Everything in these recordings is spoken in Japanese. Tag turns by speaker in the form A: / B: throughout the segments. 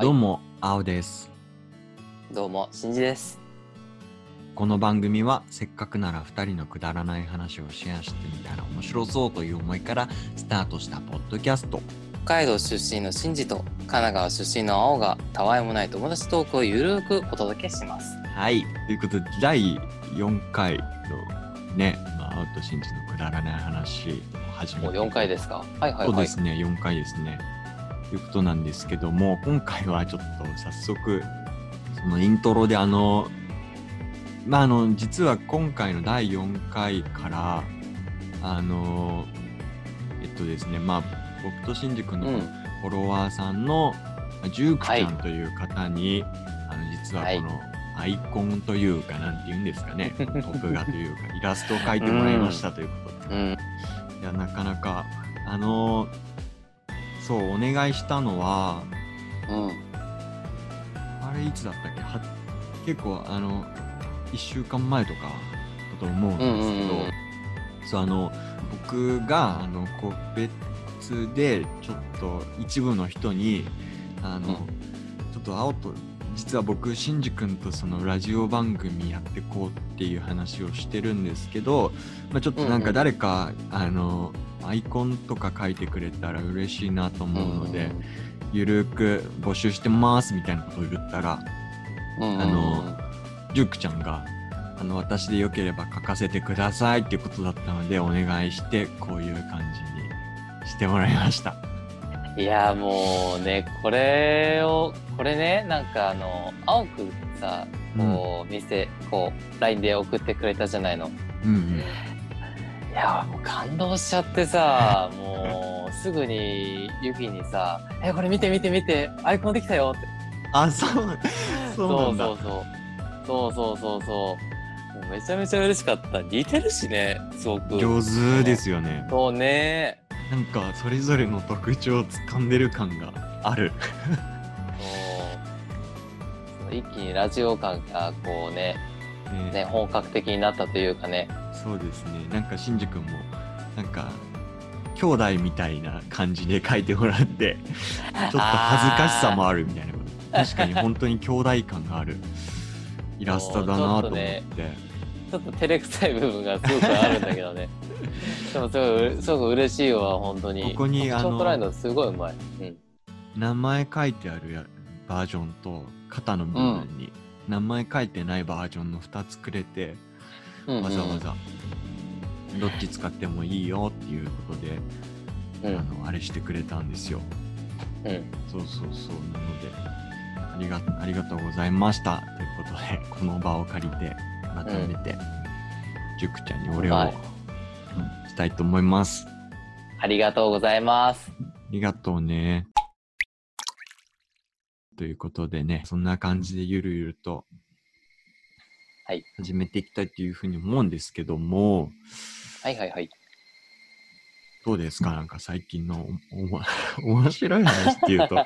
A: どうも、青です。
B: どうも、しんじです。
A: この番組は、せっかくなら2人のくだらない話をシェアしてみたら面白そうという思いからスタートしたポッドキャスト。
B: 北海道出身のしんじと神奈川出身の青がたわいもない友達トークをゆるーくお届けします。
A: はい。ということで、第4回のね、まあ、青と真実のくだらない話を始め
B: もう4回ですかはいはい
A: そう
B: は
A: で
B: い。
A: すね、4回ですね。ということなんですけども、今回はちょっと早速、そのイントロであの、まあ、あの、実は今回の第4回から、あの、えっとですね、まあ、僕と新君
B: う
A: の
B: ん。
A: フォロワーさんの、まあジュークちゃんという方に、あの実は
B: はい
A: このアイコンというか、なんて言うんです かね、僕がというか、イラストを描いてもらいましたということで。
B: うん。
A: いやなかなかあのーそうお願いしたのは
B: うん。
A: あれいつだったっけは結構あの1週間前とかだと思うんですけど、
B: うんうんうん
A: そうあの僕があの個別でちょっと一部の人にあの、
B: うん
A: ちょっと青と実は僕シンジ君とそのラジオ番組やってこうっていう話をしてるんですけど、まあ、ちょっとなん
B: うんう
A: か
B: ん
A: 誰か、あのアイコンとか書いてくれたら嬉しいなと思うので、ゆるく募集してますみたいなことを言ったら
B: うん、うん。
A: あのジュークちゃんが「あの私でよければ書かせてください」っていうことだったのでお願いしてこういう感じにしてもらいました。
B: いやーもうね、これを、これね、なんかあの、青くんさ、こう、店、こう、LINE で送ってくれたじゃないの。
A: うんうん
B: いやーもう感動しちゃって さもうすぐにユキにさ「えこれ見て見て見てアイコンできたよ」って
A: あそうそうなんだ
B: そうそうそうそうそうそうもうめちゃめちゃ嬉しかった似てるしねすごく
A: 上手ですよね。
B: そうね
A: なんかそれぞれの特徴を掴んでる感がある。
B: そう一気にラジオ感がこうね
A: ね
B: ね本格的になったというかね
A: そうですね。なんか新くんもなんか兄弟みたいな感じで書いてもら って、ちょっと恥ずかしさもあるみたいなこと。確かに本当に兄弟感があるイラストだなと思って。
B: ちょっと照れくさい部分がすごくあるんだけど ねでもすごいうすごく嬉しいわ本当に
A: ここにあの
B: ショートラインのすごいうまい、うん
A: 名前書いてあるやバージョンと肩の部分に名前書いてないバージョンの2つくれて、
B: うんうん
A: わざわざどっち使ってもいいよっていうことで、
B: う
A: あ
B: ん
A: のあれしてくれたんですよ。
B: うん
A: そうそうそうなのでありがありがとうございましたということで この場を借りて改めて、ジュクちゃんにお礼を
B: はい
A: したいと思います。
B: ありがとうございます
A: ありがとうね。ということでねそんな感じでゆるゆると
B: はい
A: 始めていきたいというふうに思うんですけども、
B: はいはいはい
A: どうですかなんか最近のおおも 面白い話って いうとで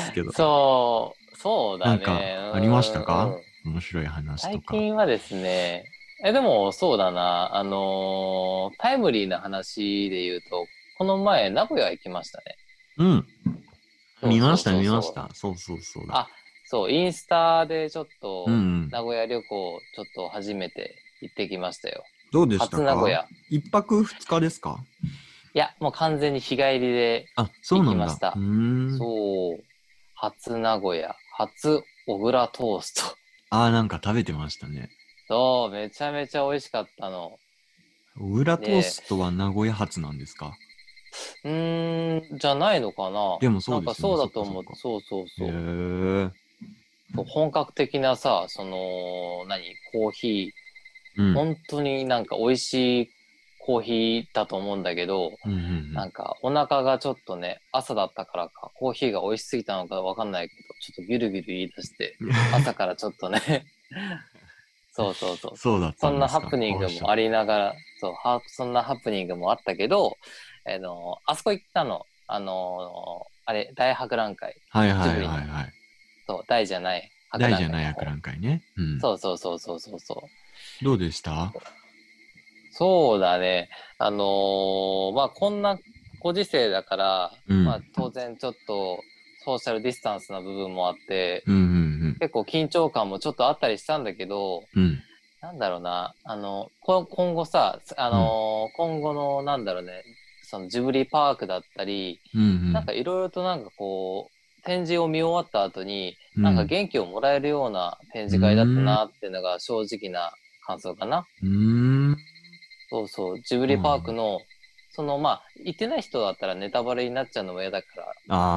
A: すけど
B: そうそうだ
A: な
B: ね
A: んかありましたか
B: うんうん
A: 面白い話と
B: 最
A: か。
B: 近はですねえでもそうだなあのータイムリーな話で言うとこの前名古屋行きましたね
A: うん。
B: そうそうそうそう
A: 見ました、見ました。そうそうそうだ。
B: あそうインスタでちょっと
A: うんうん
B: 名古屋旅行ちょっと初めて行ってきましたよ、
A: どうでした
B: 初
A: か
B: 名古屋
A: 一泊二日ですか
B: いやもう完全に日帰りで
A: あ、そうなんだ。
B: 行きました
A: うーん。
B: そう。初名古屋、初小倉トースト。
A: あー、なんか食べてましたね。
B: そう、めちゃめちゃ美味しかったの。
A: 小倉トーストは名古屋発なんですか、
B: うーん、じゃないのかな。
A: でもそうですよね
B: なんかそうだと思う
A: そっ。か
B: そうそう
A: へ
B: そう。
A: ー。
B: そう本格的なさ、その、何、コーヒ
A: う
B: ー、
A: ん。うん
B: 本当になんか美味しいコーヒーだと思うんだけど、
A: うんうん
B: なんかお腹がちょっとね、朝だったからか、コーヒーが美味しすぎたのかわかんないけど、ちょっとギュルギュル言い出 して、朝からちょっとね、そうそうそう。
A: そうだった
B: そ
A: ん
B: ん
A: で
B: な
A: すか
B: ハプニングもあ
A: り。
B: りながら、そう、はそんなハプニングもあったけど、あの、あそこ行ったの、あの、あれ、大博覧会、
A: はいはいはいはい。
B: そう、大じゃない、博覧
A: 大
B: 会
A: じゃない博覧会ね。うん。
B: そうそうそうそうそうそう。
A: どうでした
B: そうだね。あのーまあ、こんなご時世だから、
A: うん
B: まあ、当然ちょっと、ソーシャルディスタンスな部分もあって、
A: うんうん
B: 結構緊張感もちょっとあったりしたんだけど、
A: うんうん
B: なんだろうな、あの、こ今後さ、あのー今後の、なんだろうね、そのジブリパークだったり、
A: うんうん
B: なんかいろいろとなんかこう、展示を見終わった後に、
A: う
B: なんか元気をもらえるような展示会だったなっていうのが正直な感想かな。
A: うーん
B: そうそう、ジブリパークの、そのまあ、行ってない人だったらネタバレになっちゃうのも嫌だから、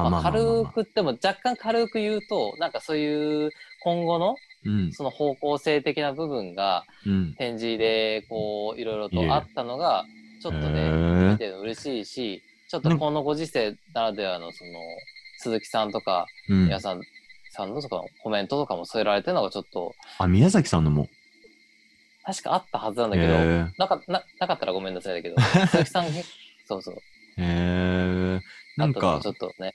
A: あー
B: ま
A: まあまあまあ
B: あ、
A: まあ
B: 軽くっても若干軽く言うと、なんかそういう今後の
A: うん
B: その方向性的な部分が
A: うん
B: 展示でこういろいろとあったのが、ちょっと
A: へ
B: ね、
A: ー
B: 見て嬉しいし、ちょっとこのご時世ならではのその鈴木さんとか
A: うん
B: 皆さんさんのとかのコメントとかも添えられてるのがちょっと
A: あ宮崎さんのも
B: 確かあったはずなんだ
A: へ
B: けど、
A: え
B: なかななかったらごめんなさいだけど、鈴 木さん結構、そうそう、
A: へえ
B: あ
A: な
B: っ
A: ん
B: たの
A: か
B: ちょっとね、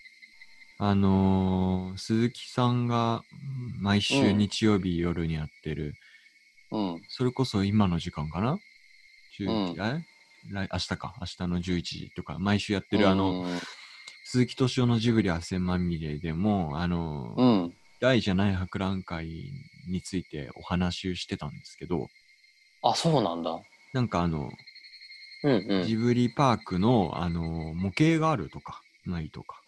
A: あのー鈴木さんが毎週
B: うん
A: 日曜日夜にやってる、
B: うん、
A: それこそ今の時間かな、10
B: うん
A: え来明日か明日の11時とか毎週やってるあの、
B: うん
A: 鈴木敏夫のジブリ汗まみれでも、あの、
B: うん、
A: 大じゃない博覧会についてお話をしてたんですけど、
B: あ、そうなんだ。
A: なんかあの、
B: うん
A: ジ
B: う
A: ブリパークの、あの、模型があるとか、ないとか、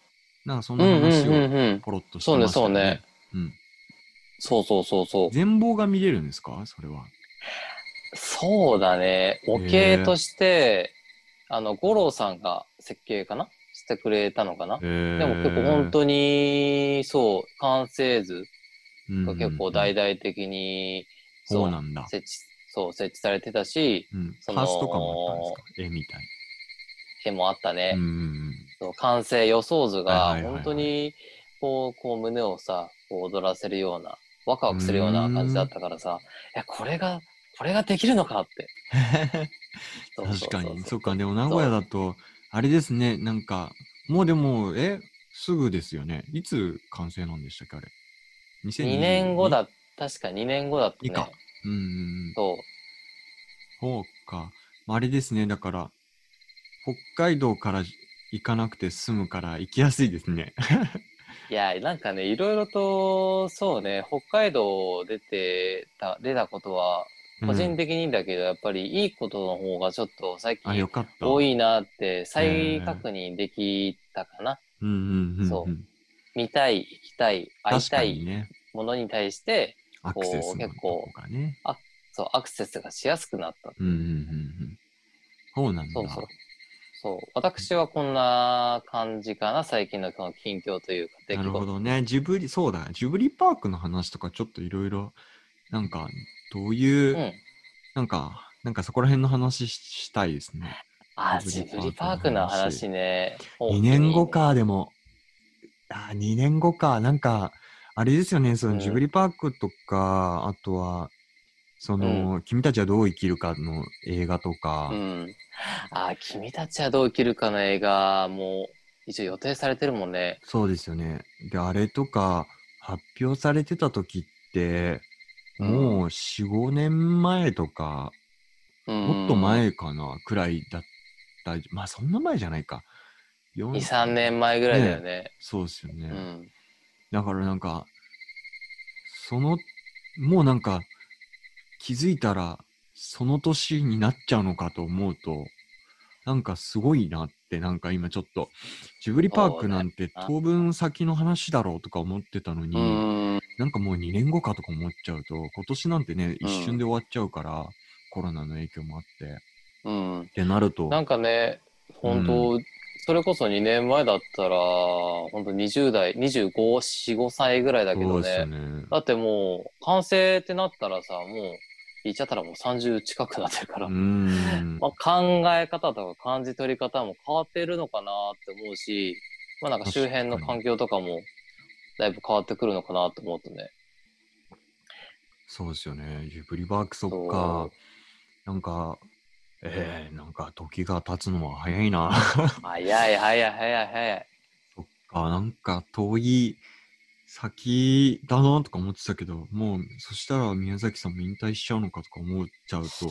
A: なんかそん
B: ん。う
A: なん
B: うん
A: 話
B: う
A: を
B: んうん。
A: ポロッとしてましたよね。
B: そうね
A: うん。
B: そうそうそうそう。
A: 全貌が見れるんですかそれは。
B: そうだね。模型として、あの、五郎さんが設計かなしてくれたのかな
A: で
B: でも結構本当に、そう、完成図
A: に
B: が結構大々的に、
A: そ
B: そうう
A: なんだ。
B: 設置、そう、設置されてたし、
A: うん。フ
B: そ
A: ァ
B: の
A: ースとかもあったんですか絵みたい。
B: 絵もあったね。
A: うんうん
B: そう完成予想図が
A: はいはいはいはい
B: 本当にこうこう胸をさこう躍らせるようなワクワクするような感じだったからさえこれがこれができるのかって
A: うん。
B: そうそ
A: 確
B: うそう
A: かに。そっか、でも名古屋だと、あれですね、なんか、もうでも、え、すぐですよね。いつ完成なんでしたっけ、あれ。
B: 2年後
A: っ
B: だ確か2年後だった
A: いいか
B: ね
A: うんうんうん。
B: そう
A: そうか。まああれですね、だから、北海道から行かなくて済むから行きやすいですね。
B: いやなんかねいろいろとそうね北海道出てた出たことは個人的にだけど、やっぱりいいことの方がちょっと最
A: うんあ、
B: 近
A: よかった。
B: 多
A: い。
B: いなって再確認できたかな、
A: うんうんうん、うん。
B: そう見たい行きたい会い
A: 確
B: た
A: か
B: い
A: にね。
B: ものに対して
A: アクセスの
B: 結構
A: とかね。
B: そうアクセスがしやすくなった。
A: うんうんうんうん。そうなんだ。
B: そうそう。そう私はこんな感じかな最近のこの近況というか出来
A: なるほ
B: 事。
A: どね。ジブリ、そうだ、ジブリパークの話とかちょっといろいろ、なんか、どういう、
B: うん、
A: なんか、なんかそこら辺の話ししたいですね。
B: あ
A: ジ
B: ジ
A: ブ
B: ブ
A: リ
B: リ
A: パ
B: パ
A: ー
B: ー
A: ク
B: ク
A: の
B: の
A: 話
B: 話ね。
A: 2年後か、でも。あ2年後か、なんか、あれですよね、そうの
B: ん
A: ジブリパークとか、あとは、その、君たちはどう生きるかの映画とか、
B: 本当に。うん、あ君たちはどう生きるかの映画も一応予定されてるもんね。
A: そうですよね。で、あれとか、発表されてた時って、
B: う
A: も
B: ん
A: う4、5年前とか、
B: うん、
A: もっと前かな、くらいだった。まあ、そんな前じゃないか。4
B: 2、3年前ぐらいだよね。
A: そうですよね。
B: うん、
A: だからなんか、その、もうなんか、気づいたら、その年になっちゃうのかと思うと、なんかすごいなって、なんか今ちょっと、ジブリパークなんて
B: そうだよな
A: 当分先の話だろうとか思ってたのに、
B: うん、
A: なんかもう2年後かとか思っちゃうと、今年なんてね、
B: うん
A: 一瞬で終わっちゃうから、コロナの影響もあって、
B: うん
A: ってなると、
B: なんかね、本当、それこそ2年前だったら、本当20代、25、4、5歳ぐらいだけ
A: そ
B: ど
A: うです
B: ね。
A: よね。
B: だってもう、完成ってなったらさ、もう、言っちゃったらもう30近くなってるから、
A: うーん。
B: まあ、考え方とか感じ取り方も変わってるのかなって思うし、まあなんか周辺の環境とかも、だいぶ変わってくるのかなと思うとね。
A: そうですよね。ジブリバークそっ
B: そ
A: か。なんか、えー、なんか時が経つのは早いな。
B: 早い早い早い早い。
A: そっか、なんか遠い先だなとか思ってたけど、もうそしたら宮崎さんも引退しちゃうのかとか思っちゃうと、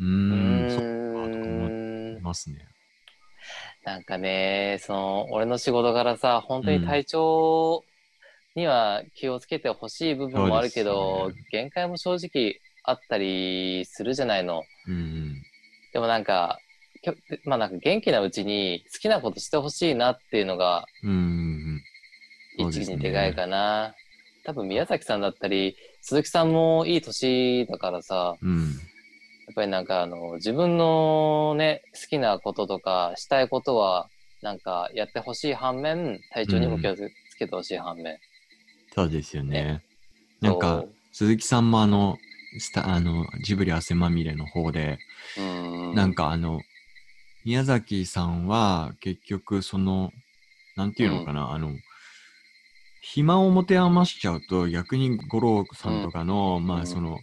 A: うー、
B: うん
A: そう
B: ー
A: 思い
B: ん。
A: ますね。
B: なんかね、その、俺の仕事からさ、本当に体調には気をつけてほしい部分もあるけ
A: そ
B: ど、
A: うで
B: 限界も正直あったりするじゃないの。
A: うん
B: でもなんか、きょまあなんか元気なうちに好きなことしてほしいなっていうのが
A: うんうんそう
B: 一
A: です
B: 気
A: ね
B: にでかいかな。多分宮崎さんだったり、鈴木さんもいい年だからさ、
A: うんうん
B: やっぱりなんかあの、自分のね、好きなこととかしたいことは、なんかやってほしい反面、体調にも気をつけてほしい反面。
A: そうですよね。
B: そう
A: なんか、鈴木さんもあの、スタあのジブリ汗まみれの方で、
B: うん。
A: なんかあの、宮崎さんは結局その、なんていうのかな、あの、暇を持て余しちゃうと逆に五郎さんとかの、ま
B: う
A: あ
B: ん
A: その、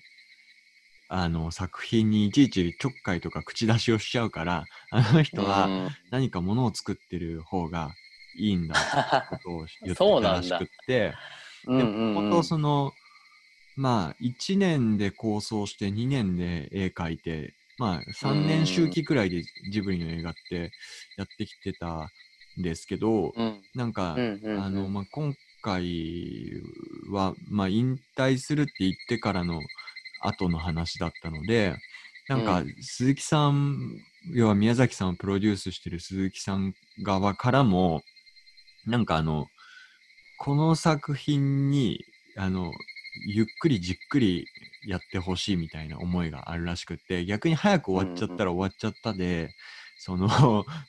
A: あの作品にいちいちちょっかいとか口出しをしちゃうから、あの人
B: う
A: は
B: ん
A: 何かものを作ってる方がいいんだってことを言って
B: そう
A: た
B: な
A: ら
B: ん
A: し
B: だ
A: くって、
B: うん
A: で
B: うん
A: 本
B: う
A: 当
B: ん
A: そのまあ1年で構想して2年で絵描いてまあ3年周期くらいでジブリの映画ってやってきてたんですけど、
B: うん
A: なんか、
B: うんうんうん
A: あのまあ、今回は、まあ、引退するって言ってからの後の話だったのでなんか
B: う
A: 鈴木さん、要は宮崎さんをプロデュースしてる鈴木さん側からもなんかあのこの作品にあのゆっくりじっくりやってほしいみたいな思いがあるらしくって逆に早く終わっちゃったら終わっちゃったで、その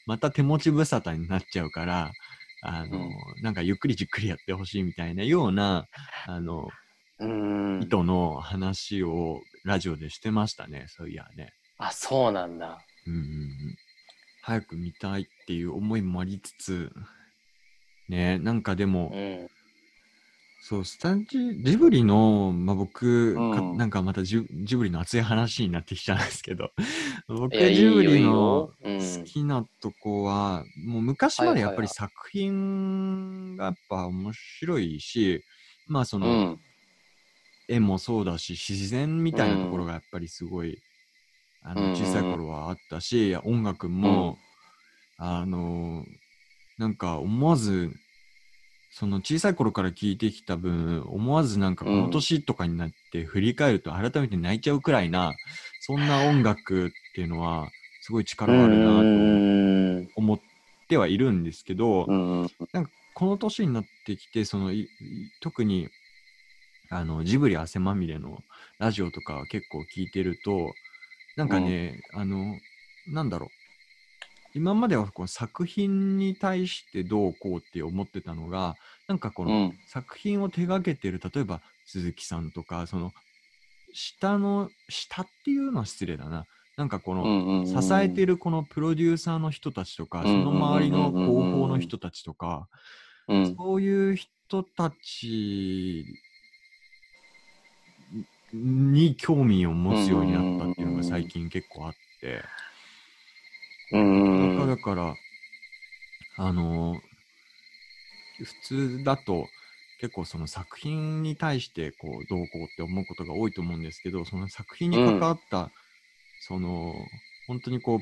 A: また手持ち無沙汰になっちゃうからあの、なんかゆっくりじっくりやってほしいみたいなようなあの
B: うん
A: 意図の話をラジオでしてましたねそういやね、
B: あ、そうなんだ。
A: うんうんうん、早く見たいっていう思いもありつつねなんかでも、
B: うん。
A: そう、スタンジ、ジブリの、まあ、僕、か
B: うん
A: なんかまたジジブリの熱い話になってきちゃうんですけど、僕、
B: いや、いい
A: ジブ
B: よ、い
A: リ
B: い
A: の
B: よ。うん。
A: 好きなとこは、もう昔までやっぱ
B: はいはいは
A: り
B: い
A: 作品がやっぱ面白いし、まあそうの、
B: ん。
A: 絵もそうだし自然みたいなところがやっぱりすごい、あ
B: うんうん
A: の小さい頃はあったし、音楽も、あのなんか思わずその小さい頃から聴いてきた分思わずなんかこの年とかになって振り返ると改めて泣いちゃうくらいなそんな音楽っていうのはすごい力がある
B: う
A: なと
B: ん
A: 思ってはいるんですけど、
B: うん。
A: この年になってきてそのいい特にあのジブリ汗まみれのラジオとか結構聞いてるとなんかね、あのなんだろう今まではこう作品に対してどうこうって思ってたのがなんかこ
B: う
A: の
B: ん。
A: 作品を手がけてる例えば鈴木さんとかその下の下っていうのは失礼だななんかこの、
B: うん。
A: 支えてるこのプロデューサーの人たちとか、
B: うん
A: その周りの
B: うんうんうんうん
A: 広報の人たちとか、
B: うん。
A: そういう人たちに興味を持つようになったっていうのが最近結構あって、
B: うん。
A: だから、だからあの普通だと結構その作品に対してこうどうこうって思うことが多いと思うんですけどその作品に関わった、その本当にこう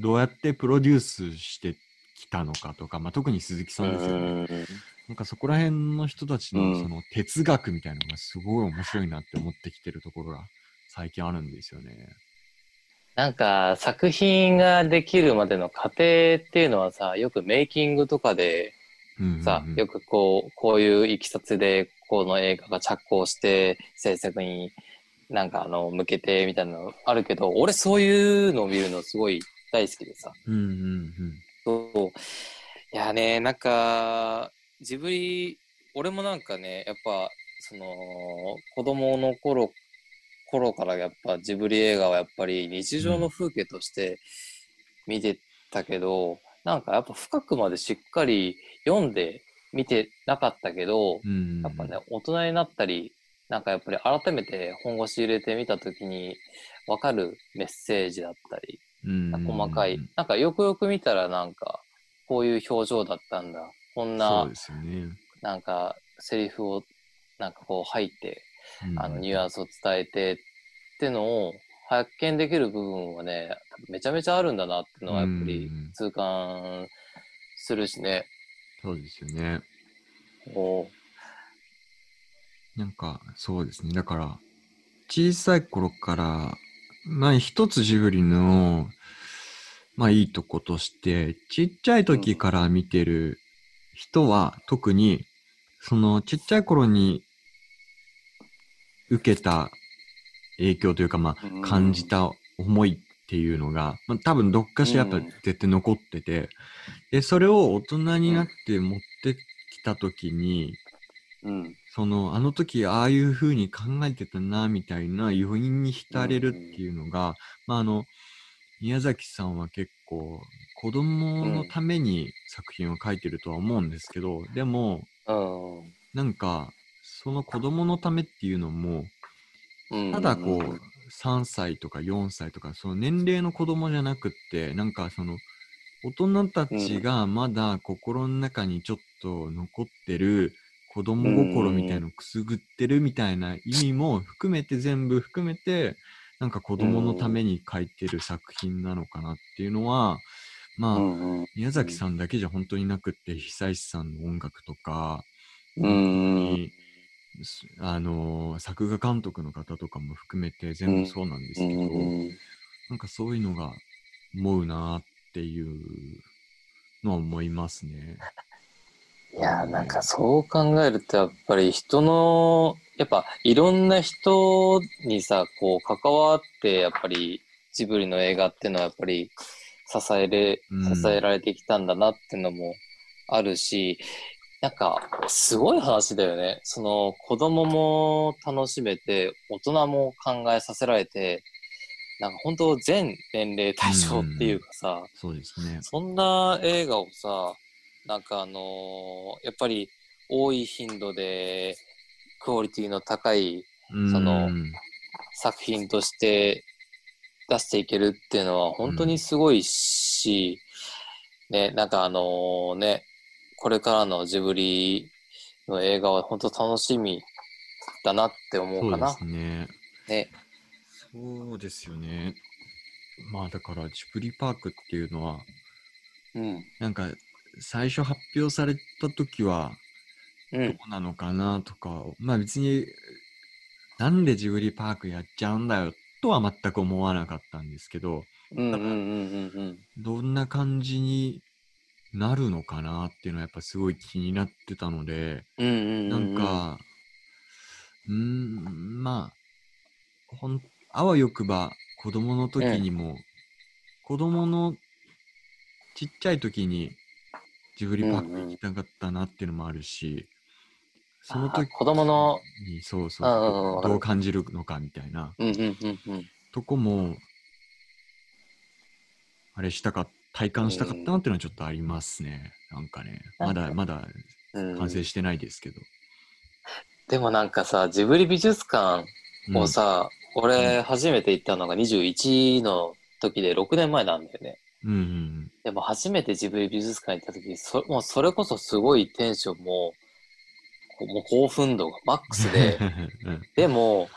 A: どうやってプロデュースしてきたのかとか、まあ、特に鈴木さんですよね。なんかそこら辺の人たち
B: う
A: の
B: ん
A: その哲学みたいなのがすごい面白いなって思ってきてるところが最近あるんですよね。
B: なんか作品ができるまでの過程っていうのはさ、よくメイキングとかで
A: うん
B: さ、
A: うんうん
B: よくこう、こういういきさつで、この映画が着工して、制作になんかあの、向けてみたいなのあるけど、俺そういうのを見るのすごい大好きでさ。
A: うんうん
B: そう。いやね、なんか、ジブリ、俺もなんかね、やっぱ、その、子供の頃、頃からやっぱジブリ映画はやっぱり日常の風景として見てたけど、なんかやっぱ深くまでしっかり読んで見てなかったけど、
A: うんうん。
B: やっぱね、大人になったり、なんかやっぱり改めて本腰入れてみたときにわかるメッセージだったり、
A: うんうんうん、
B: 細かい。なんかよくよく見たらなんか、こういう表情だったんだ。こん
A: そう
B: な
A: で、すよね。
B: なんか、セリフを、なんかこう入って、あの、ニュ
A: ア
B: アンスを伝えてってのを発見できる部分はね、めちゃめちゃあるんだなっていうのはやっぱり
A: うん
B: 痛感するしね。
A: そうですよね。
B: おー
A: なんか、そうですね。だから、小さい頃から、まあ、一つジブリの、まあ、いいとことして、ちっちゃい時から見てる人は、特に、その、ちっちゃい頃に受けた影響というか、ま
B: うん
A: あ、感じた思いっていうのが、まあ、多分どっかしらやっぱ
B: うん
A: 絶対残ってて、で、それを大人になって持ってきた時に、
B: うん。
A: そのあの時ああいう風に考えてたなみたいな余韻に浸れるっていうのが、まああの宮崎さんは結構子供のために作品を書いてるとは思うんですけど、でも
B: うん。
A: なんかその子供のためっていうのも
B: うん
A: ただこう、3歳とか4歳とかその年齢の子供じゃなくってなんかその大人たちがまだ心の中にちょっと残ってる子供心みたいのくすぐってるみたいな意味も含めて全部含めてなんか子供のために書いてる作品なのかなっていうのはまあ、
B: うん。
A: 宮崎さんだけじゃ本当になくって久石さんの音楽とか、
B: うん。うん。
A: すあのー作画監督の方とかも含めて全部そうなんです
B: う
A: けど、
B: ん。
A: なんかそういうのが思うなーっていうのは思いますね。
B: いやーなんかそう考えるとやっぱり人のやっぱいろんな人にさこう関わってやっぱりジブリの映画っていうのはやっぱり支えれ
A: うん
B: 支えられてきたんだなっていうのもあるし、なんかすごい話だよねその子供も楽しめて大人も考えさせられてなんか本当全年齢対象っていうかさ、
A: そうですね。
B: そんな映画をさ、なんかあのーやっぱり多い頻度でクオリティの高い
A: うん
B: その作品として出していけるっていうのは本当にすごいし、ね、なんかあのーね、これからのジブリの映画は本当楽しみだなって思う
A: そ
B: か
A: うで
B: な。
A: すね。
B: ね。
A: そうですよね。まあだからジブリパークっていうのは
B: うん。
A: なんか最初発表された時は
B: う
A: ど
B: ん。
A: うなのかなとか、まあ別になんでジブリパークやっちゃうんだよとは全く思わなかったんですけど
B: うんうんうんうん
A: どんな感じになるのかなっていうのはやっぱすごい気になってたので
B: うん。うんうんう
A: な
B: んうん。
A: ん、かうーんまあほんあわよくば子供の時にも、子供のちっちゃい時にジブリパーク行きたかったなっていうのもあるし、その時
B: あ子供の
A: にそうそう
B: うんうんうん
A: どう感じるのかみたいな
B: うんうんうんうん。
A: とこもあれしたか体感したかったなっていうのはちょっとありますね、なんかねまだまだ
B: うん
A: 完成してないですけど、
B: でもなんかさジブリ美術館
A: うん
B: をさ、
A: う
B: 俺初めて行ったのが21の時で6年前なんだよね
A: うんうん
B: でも初めてジブリ美術館行った時そもうそれこそすごいテンションもこうもう興奮度がマックスで
A: うん
B: でも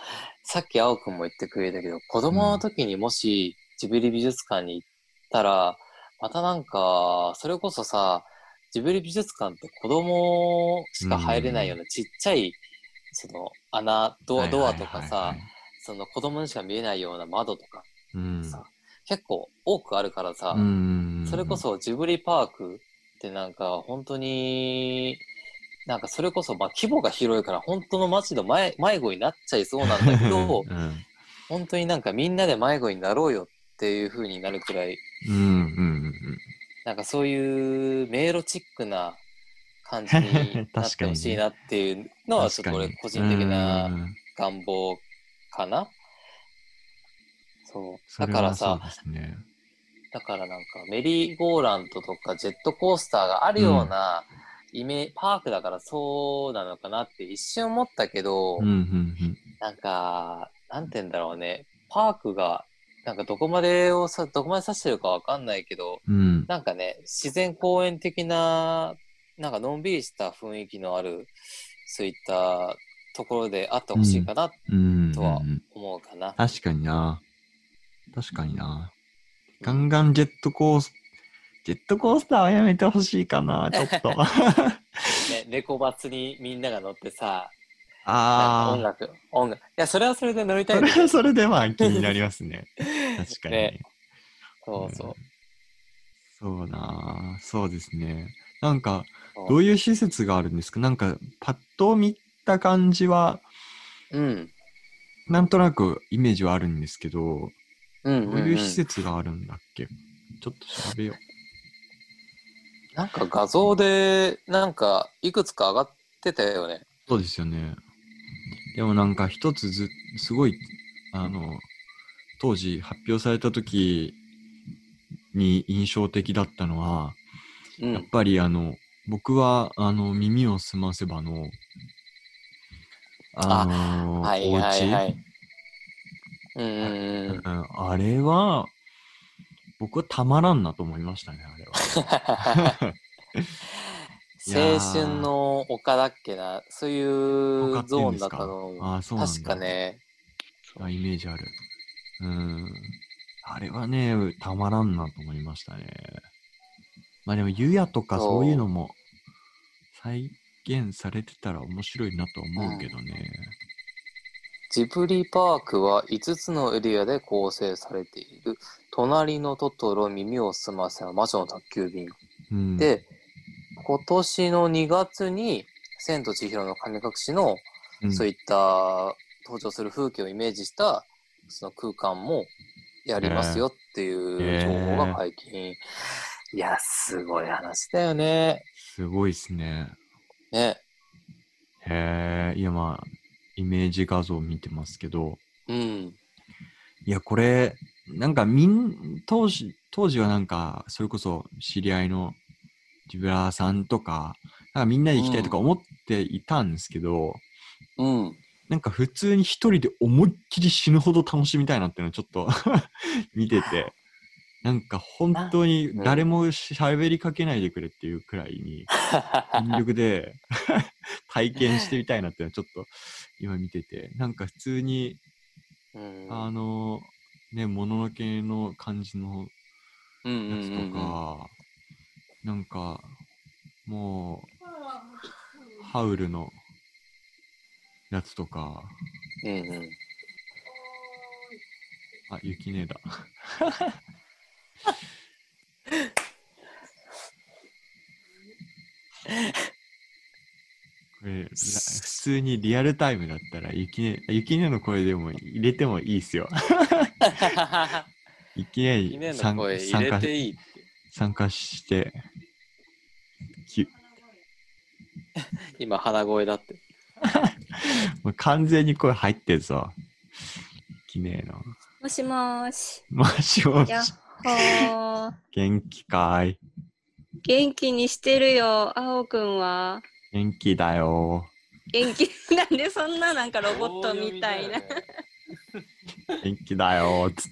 B: さっき青くんも言ってくれたけど子供の時にもしジブリ美術館に行ったらまたなんかそれこそさジブリ美術館って子供しか入れないようなちっちゃいその穴ドアドアと
A: はいは
B: か
A: いは
B: さ
A: いはい
B: その子供にしか見えないような窓とか
A: うん
B: さ結構多くあるからさ
A: うん
B: それこそジブリパークってなんか本当になんかそれこそまあ規模が広いから本当の街の迷迷子になっちゃいそうなんだけど
A: うん
B: 本当になんかみんなで迷子になろうよっていう風になるくらい
A: うんうん
B: なんかそういう迷路チックな感じになっ
A: 確
B: て
A: かに
B: ほ
A: ね
B: しいなっていう
A: う
B: の
A: ん
B: はちょっと俺個人的
A: う
B: なん
A: うんうん
B: 願望かな。そう
A: そ
B: だ
A: れ
B: か
A: は
B: ら
A: そ
B: さ
A: うですね
B: だからなんかメリーゴーランドとかジェットコースターがあるようなイメージ、パークだからそうなのかなって一瞬思ったけど、
A: うんうんうん
B: なんかなんて言うんだろうねパークがなんかどこまでをさどこまで指してるかわかんないけど
A: うん
B: なんかね自然公園的ななんかのんびりした雰囲気のあるそういったところであってほしいかなと
A: うん
B: とは
A: うん
B: 思うかな。
A: 確かにな確かになガンガンジェットコースジェットコースターはやめてほしいかな、ちょっ と。
B: ね、猫バスにみんなが乗ってさ、なんか音
A: ああ、
B: 楽、音楽。いや、それはそれで乗りたい
A: そ
B: んだ
A: れ
B: けど
A: はそれでまあ気になりますね。確かに。
B: ねそうそう。
A: そうなあそうですね。なんか、
B: そう
A: どういう施設があるんですかなんか、パッと見た感じは、
B: うん。
A: なんとなくイメージはあるんですけど、
B: うん
A: ど
B: う
A: う
B: ん、うん
A: いう施設があるんだっけ、ちょっと調べよ
B: なんか画像で、なんか、いくつか上がってたよね。
A: う。そうですよね。でもなんか一つず、すごい、あの、当時発表された時に印象的だったのは、
B: う
A: やっ
B: ん。
A: ぱりあの、僕は、あの、耳をすませばの、あの
B: はい
A: お
B: はいは
A: 家
B: い。うんうんうん。
A: うんあれは、僕はたまらんなと思いましたね、あれは。いや
B: 青
A: ー
B: 春の丘だっけな、そういうゾーンだったの。
A: あそうなんだ
B: 確か。ね。
A: あイメージある。うん。あれはね、たまらんなと思いましたね。まあでも、ゆやとか
B: そう
A: そういうのも再現されてたら面白いなと思うけどね。
B: ジブリパークは5つのエリアで構成されている。隣のトトロ、耳をすませば魔女の宅急便。
A: うん、
B: で、今年の2月に、千と千尋の神隠しの、
A: うん
B: そういった登場する風景をイメージした、その空間もやりますよっていう情報が解禁。いや、すごい話だよね。
A: すごいっすね。
B: ね。
A: へえ、いやまあ、イメージ画像見てますけど、
B: うん。
A: いや、これ、なんかみん、当時、当時はなんか、それこそ知り合いのジブラーさんとか、なんかみんなで行きたいとか思っていたんですけど、
B: うん。
A: なんか普通に一人で思いっきり死ぬほど楽しみたいなっていうのをちょっと 見てて、なんか本当に誰も喋りかけないでくれっていうくらいに、全力で 体験してみたいなっていうのはちょっと今見てて、なんか普通に
B: うん
A: あのね、もののけの感じの
B: うんうん
A: やつ
B: うん
A: とか、なんか、もう、ハウルのやつとか、
B: うんうん。
A: あ、雪ねえだ。 これ、ら普通にリアルタイムだったら、雪ね、雪ねえの声でも入れてもいいっすよ。 雪ねえ
B: ひね
A: に
B: の
A: 参
B: 声入
A: 参
B: れ
A: 加
B: ていいって。
A: 参加して、き
B: 今、鼻声だって。
A: もう完全に声入ってるぞ。きねえな。
C: もしもーし。
A: もしもし
C: や、っほー。
A: 元気かい
C: 元気にしてるよ、あおくんは。
A: 元気だよ。
C: 元気。なんでそんななんかロボットみたいな。
B: 棒読み
A: 元気だよ。つって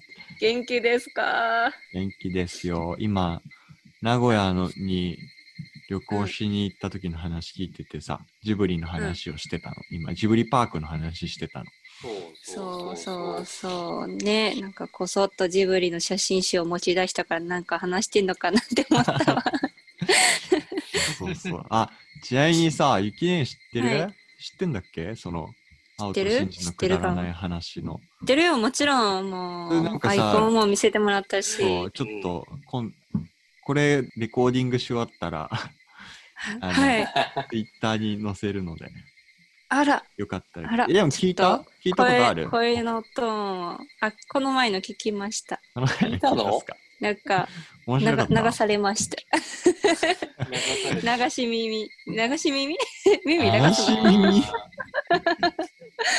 C: 元気ですか
A: 元気ですよ。今、名古屋のに旅行しに行った時の話聞いててさ、ジブリの話をしてたの。今、ジブリパークの話してたの。
B: だよ
C: そ
B: ね
C: うそうそう。ね、なんかこそっとジブリの写真集を持ち出したからなんか話してんのかなって 思ったわ。
A: そう そう。あ、ちなみにさ、ゆきねえ知ってる、
C: は
A: 知ってんだっけその、青
C: て
A: と
C: る
A: 真珠のくだらない話の。
C: 知ってるよ、もちろん。も
A: それなん
C: う、
A: か
C: アイ
A: さ
C: コンも見せてもらったし。
A: そう、ちょっと、こんこれ、レコーディングし終わったら、あの
C: はい。
A: ツイッターに載せるので、
C: あら、
A: よかった
C: あ
A: ら。
C: ら
A: えでも聞い
C: ち
A: た
C: ょっ
A: 聞いたことあ
C: 声
A: る
C: 声のトーンを。あ、この前の聞きました。
A: 聞
B: いたの
C: なんか、
A: 面
C: 流
A: 白かった。
C: 流されました。
B: 流され
C: 流し耳。流し耳 耳
B: た
C: 流
A: 流
C: す
A: し
C: の
A: 耳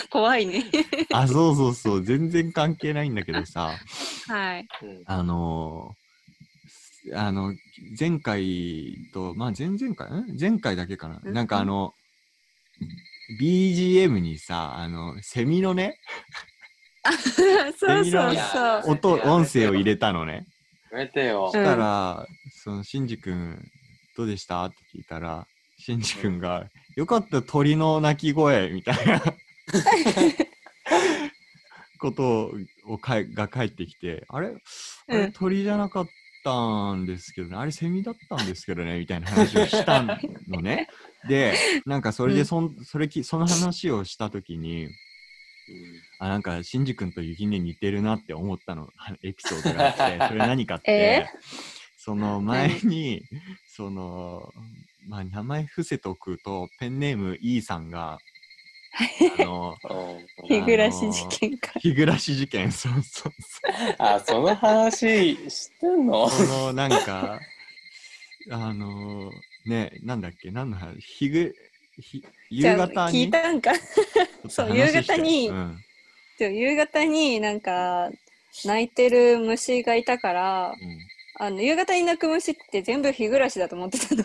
C: 怖いね。
A: あ、そうそうそう、全然関係ないんだけどさ、
C: はい。
B: うん
A: あのーあの、前回と、まあ前々回、ん前回だけかな。
C: うん
A: なんかあの、BGM にさ、あの、セミのね、
C: そうそう
A: 耳の
C: そう。
B: や
A: 音、音声を入れたのね。
B: やめてよ
A: そ。したら、その、しんじくん、どうでしたって聞いたら、しんじくんが、よかった、鳥の鳴き声、みたいなことを、をかえが返ってきて、あれあれ
C: うん
A: 鳥じゃなかったんですけどね、あれセミだったんですけどね、みたいな話をしたのね。で、なんかそれでそん、それき、その話をしたときに、あ、なんか、シンジ君と雪音似てるなって思ったの、 はエピソードがあって、それ何かって、
C: え
A: その前に、その、まあ、名前伏せとくと、ペンネーム E さんが、あ の、
C: 日暮らし事件か。
A: 日暮らし事件、そうそうそう。
B: あ、その話してんの
A: その なんかあのねなんだっけ何の話ひぐひ
C: じゃ
A: 夕
C: あ
A: 方に
C: 聞いたんか。
A: ちょっと
C: そう
A: 話して
C: 夕方に
A: うん
C: でも夕方になんか泣いてる虫がいたから、あの夕方に鳴く虫って全部日暮らしだと思って たの。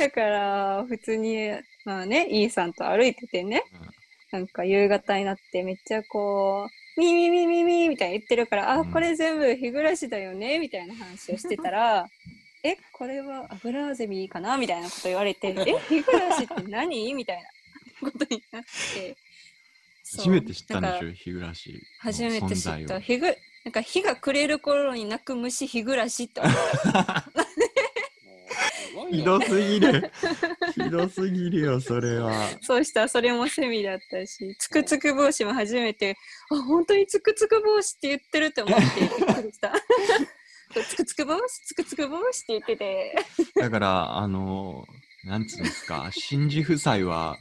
C: だから普通にまあね、イーさんと歩いててね、なんか夕方になってめっちゃこう、ミミミミミみたいに言ってるから、
A: う
C: あ、
A: ん
C: これ全部日暮らしだよねみたいな話をしてた ら、え、これはアブラゼミかなみたいなこと言われて、え、日暮らしって何みたいなことになって。そう
A: 初めて知ったんで
C: なん
A: し
C: か
A: ょ日暮らしの
C: 初めて知っ
A: 存在
C: た。
A: を
C: 日ぐなんか日が暮れる頃に鳴く虫日暮ら しって思う
A: ひどすぎ るひどすぎるよそれは
C: そうしたそれもセミだったしつくつく帽子も初めてあ本当につくつく帽子って言ってるって思ってびっくりした つくつく帽子つくつく帽子って言ってて
A: だからあのなんつうんですか新次夫妻は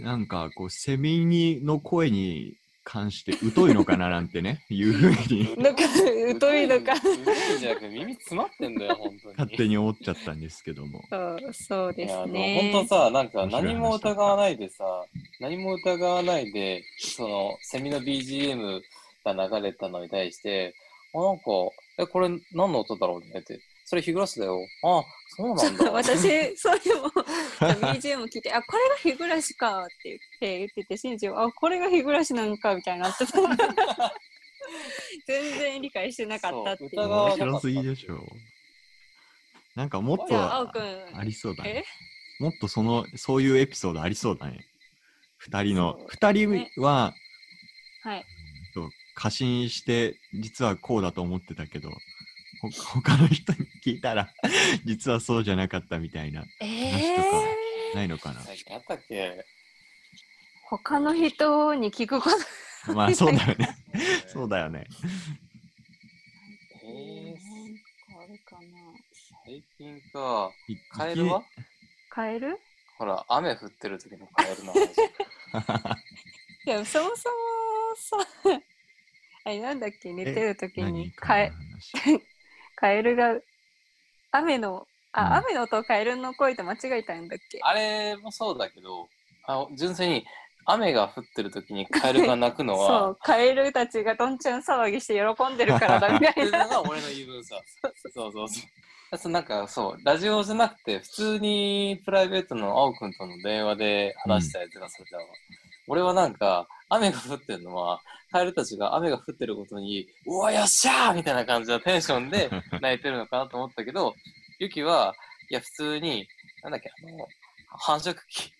A: なんかこうセミにの声に関して疎いのかななんて ねいうふうに
C: なんか疎いのか
B: 疎いじゃなくて耳詰まってんだよ、本当に。
A: 勝手に思っちゃったんですけども。
C: そうそう
B: い
C: で
B: や
C: す
B: あの
C: ね
B: 本当さ、なんか
A: 面白い話
B: 何も疑わないでさ、何も疑わないで、その、セミの BGM が流れたのに対して、あ、なんか、え、これ何の音だろうねって。それ日暮らしだよ。あ、そうなん だ。
C: 私それも BGM 聞いて「あこれが日暮らしか」って言って言っててしんちも「あこれが日暮らしなのか」みたいになっ てた全然理解してなかったっていう
B: そう疑わ
A: 面白
B: なかった
A: すぎでしょ。なんかもっ
B: じ
C: じ
A: と
C: ゃあ
A: あ
C: 青くん
A: りそうだね
C: え。
A: もっとその、そういうエピソードありそうだね。二人の
C: そ、う
A: 二人
C: ね
A: は、
C: はい
A: そう過信して、実はこうだと思ってたけど、ほ他の人に聞いたら、 実はそうじゃなかったみたいな、
C: え
A: 話とかないのか な。
B: 最近あったっけ
C: 他の人に聞くこと
A: まあそうだよね。そうだよね。
B: えー
C: あるかな
B: 最近か。
A: い
B: カエルは
C: カエル
B: ほら、雨降ってる時のカエルの 話。
C: いやそもそもさ あれなんだっけ寝てる時
A: 何
C: に
A: カ
C: カ
A: エルの
C: エ
A: 話
C: カエルが雨の
A: うん
C: あ、雨の音をカエルの声と間違えたんだっけ
B: あれもそうだけど、あ純粋に雨が降ってる時にカエルが鳴くの
C: そ
B: は、
C: うカエルたちがどんちゃん騒ぎして喜んでるからだみ
B: って
C: た
B: い
C: いう
B: の
C: な
B: が俺の言い分さ。そうそうそう。そうなんかそう、ラジオじゃなくて、普通にプライベートの青くんとの電話で話したやつがそれだわ。俺はなんか、雨が降ってるのは、カエルたちが雨が降ってることに、うわ、よっしゃーみたいな感じのテンション で泣いてるのかなと思ったけど、ユキは、いや、普通に、なんだっけ、あの、繁殖期。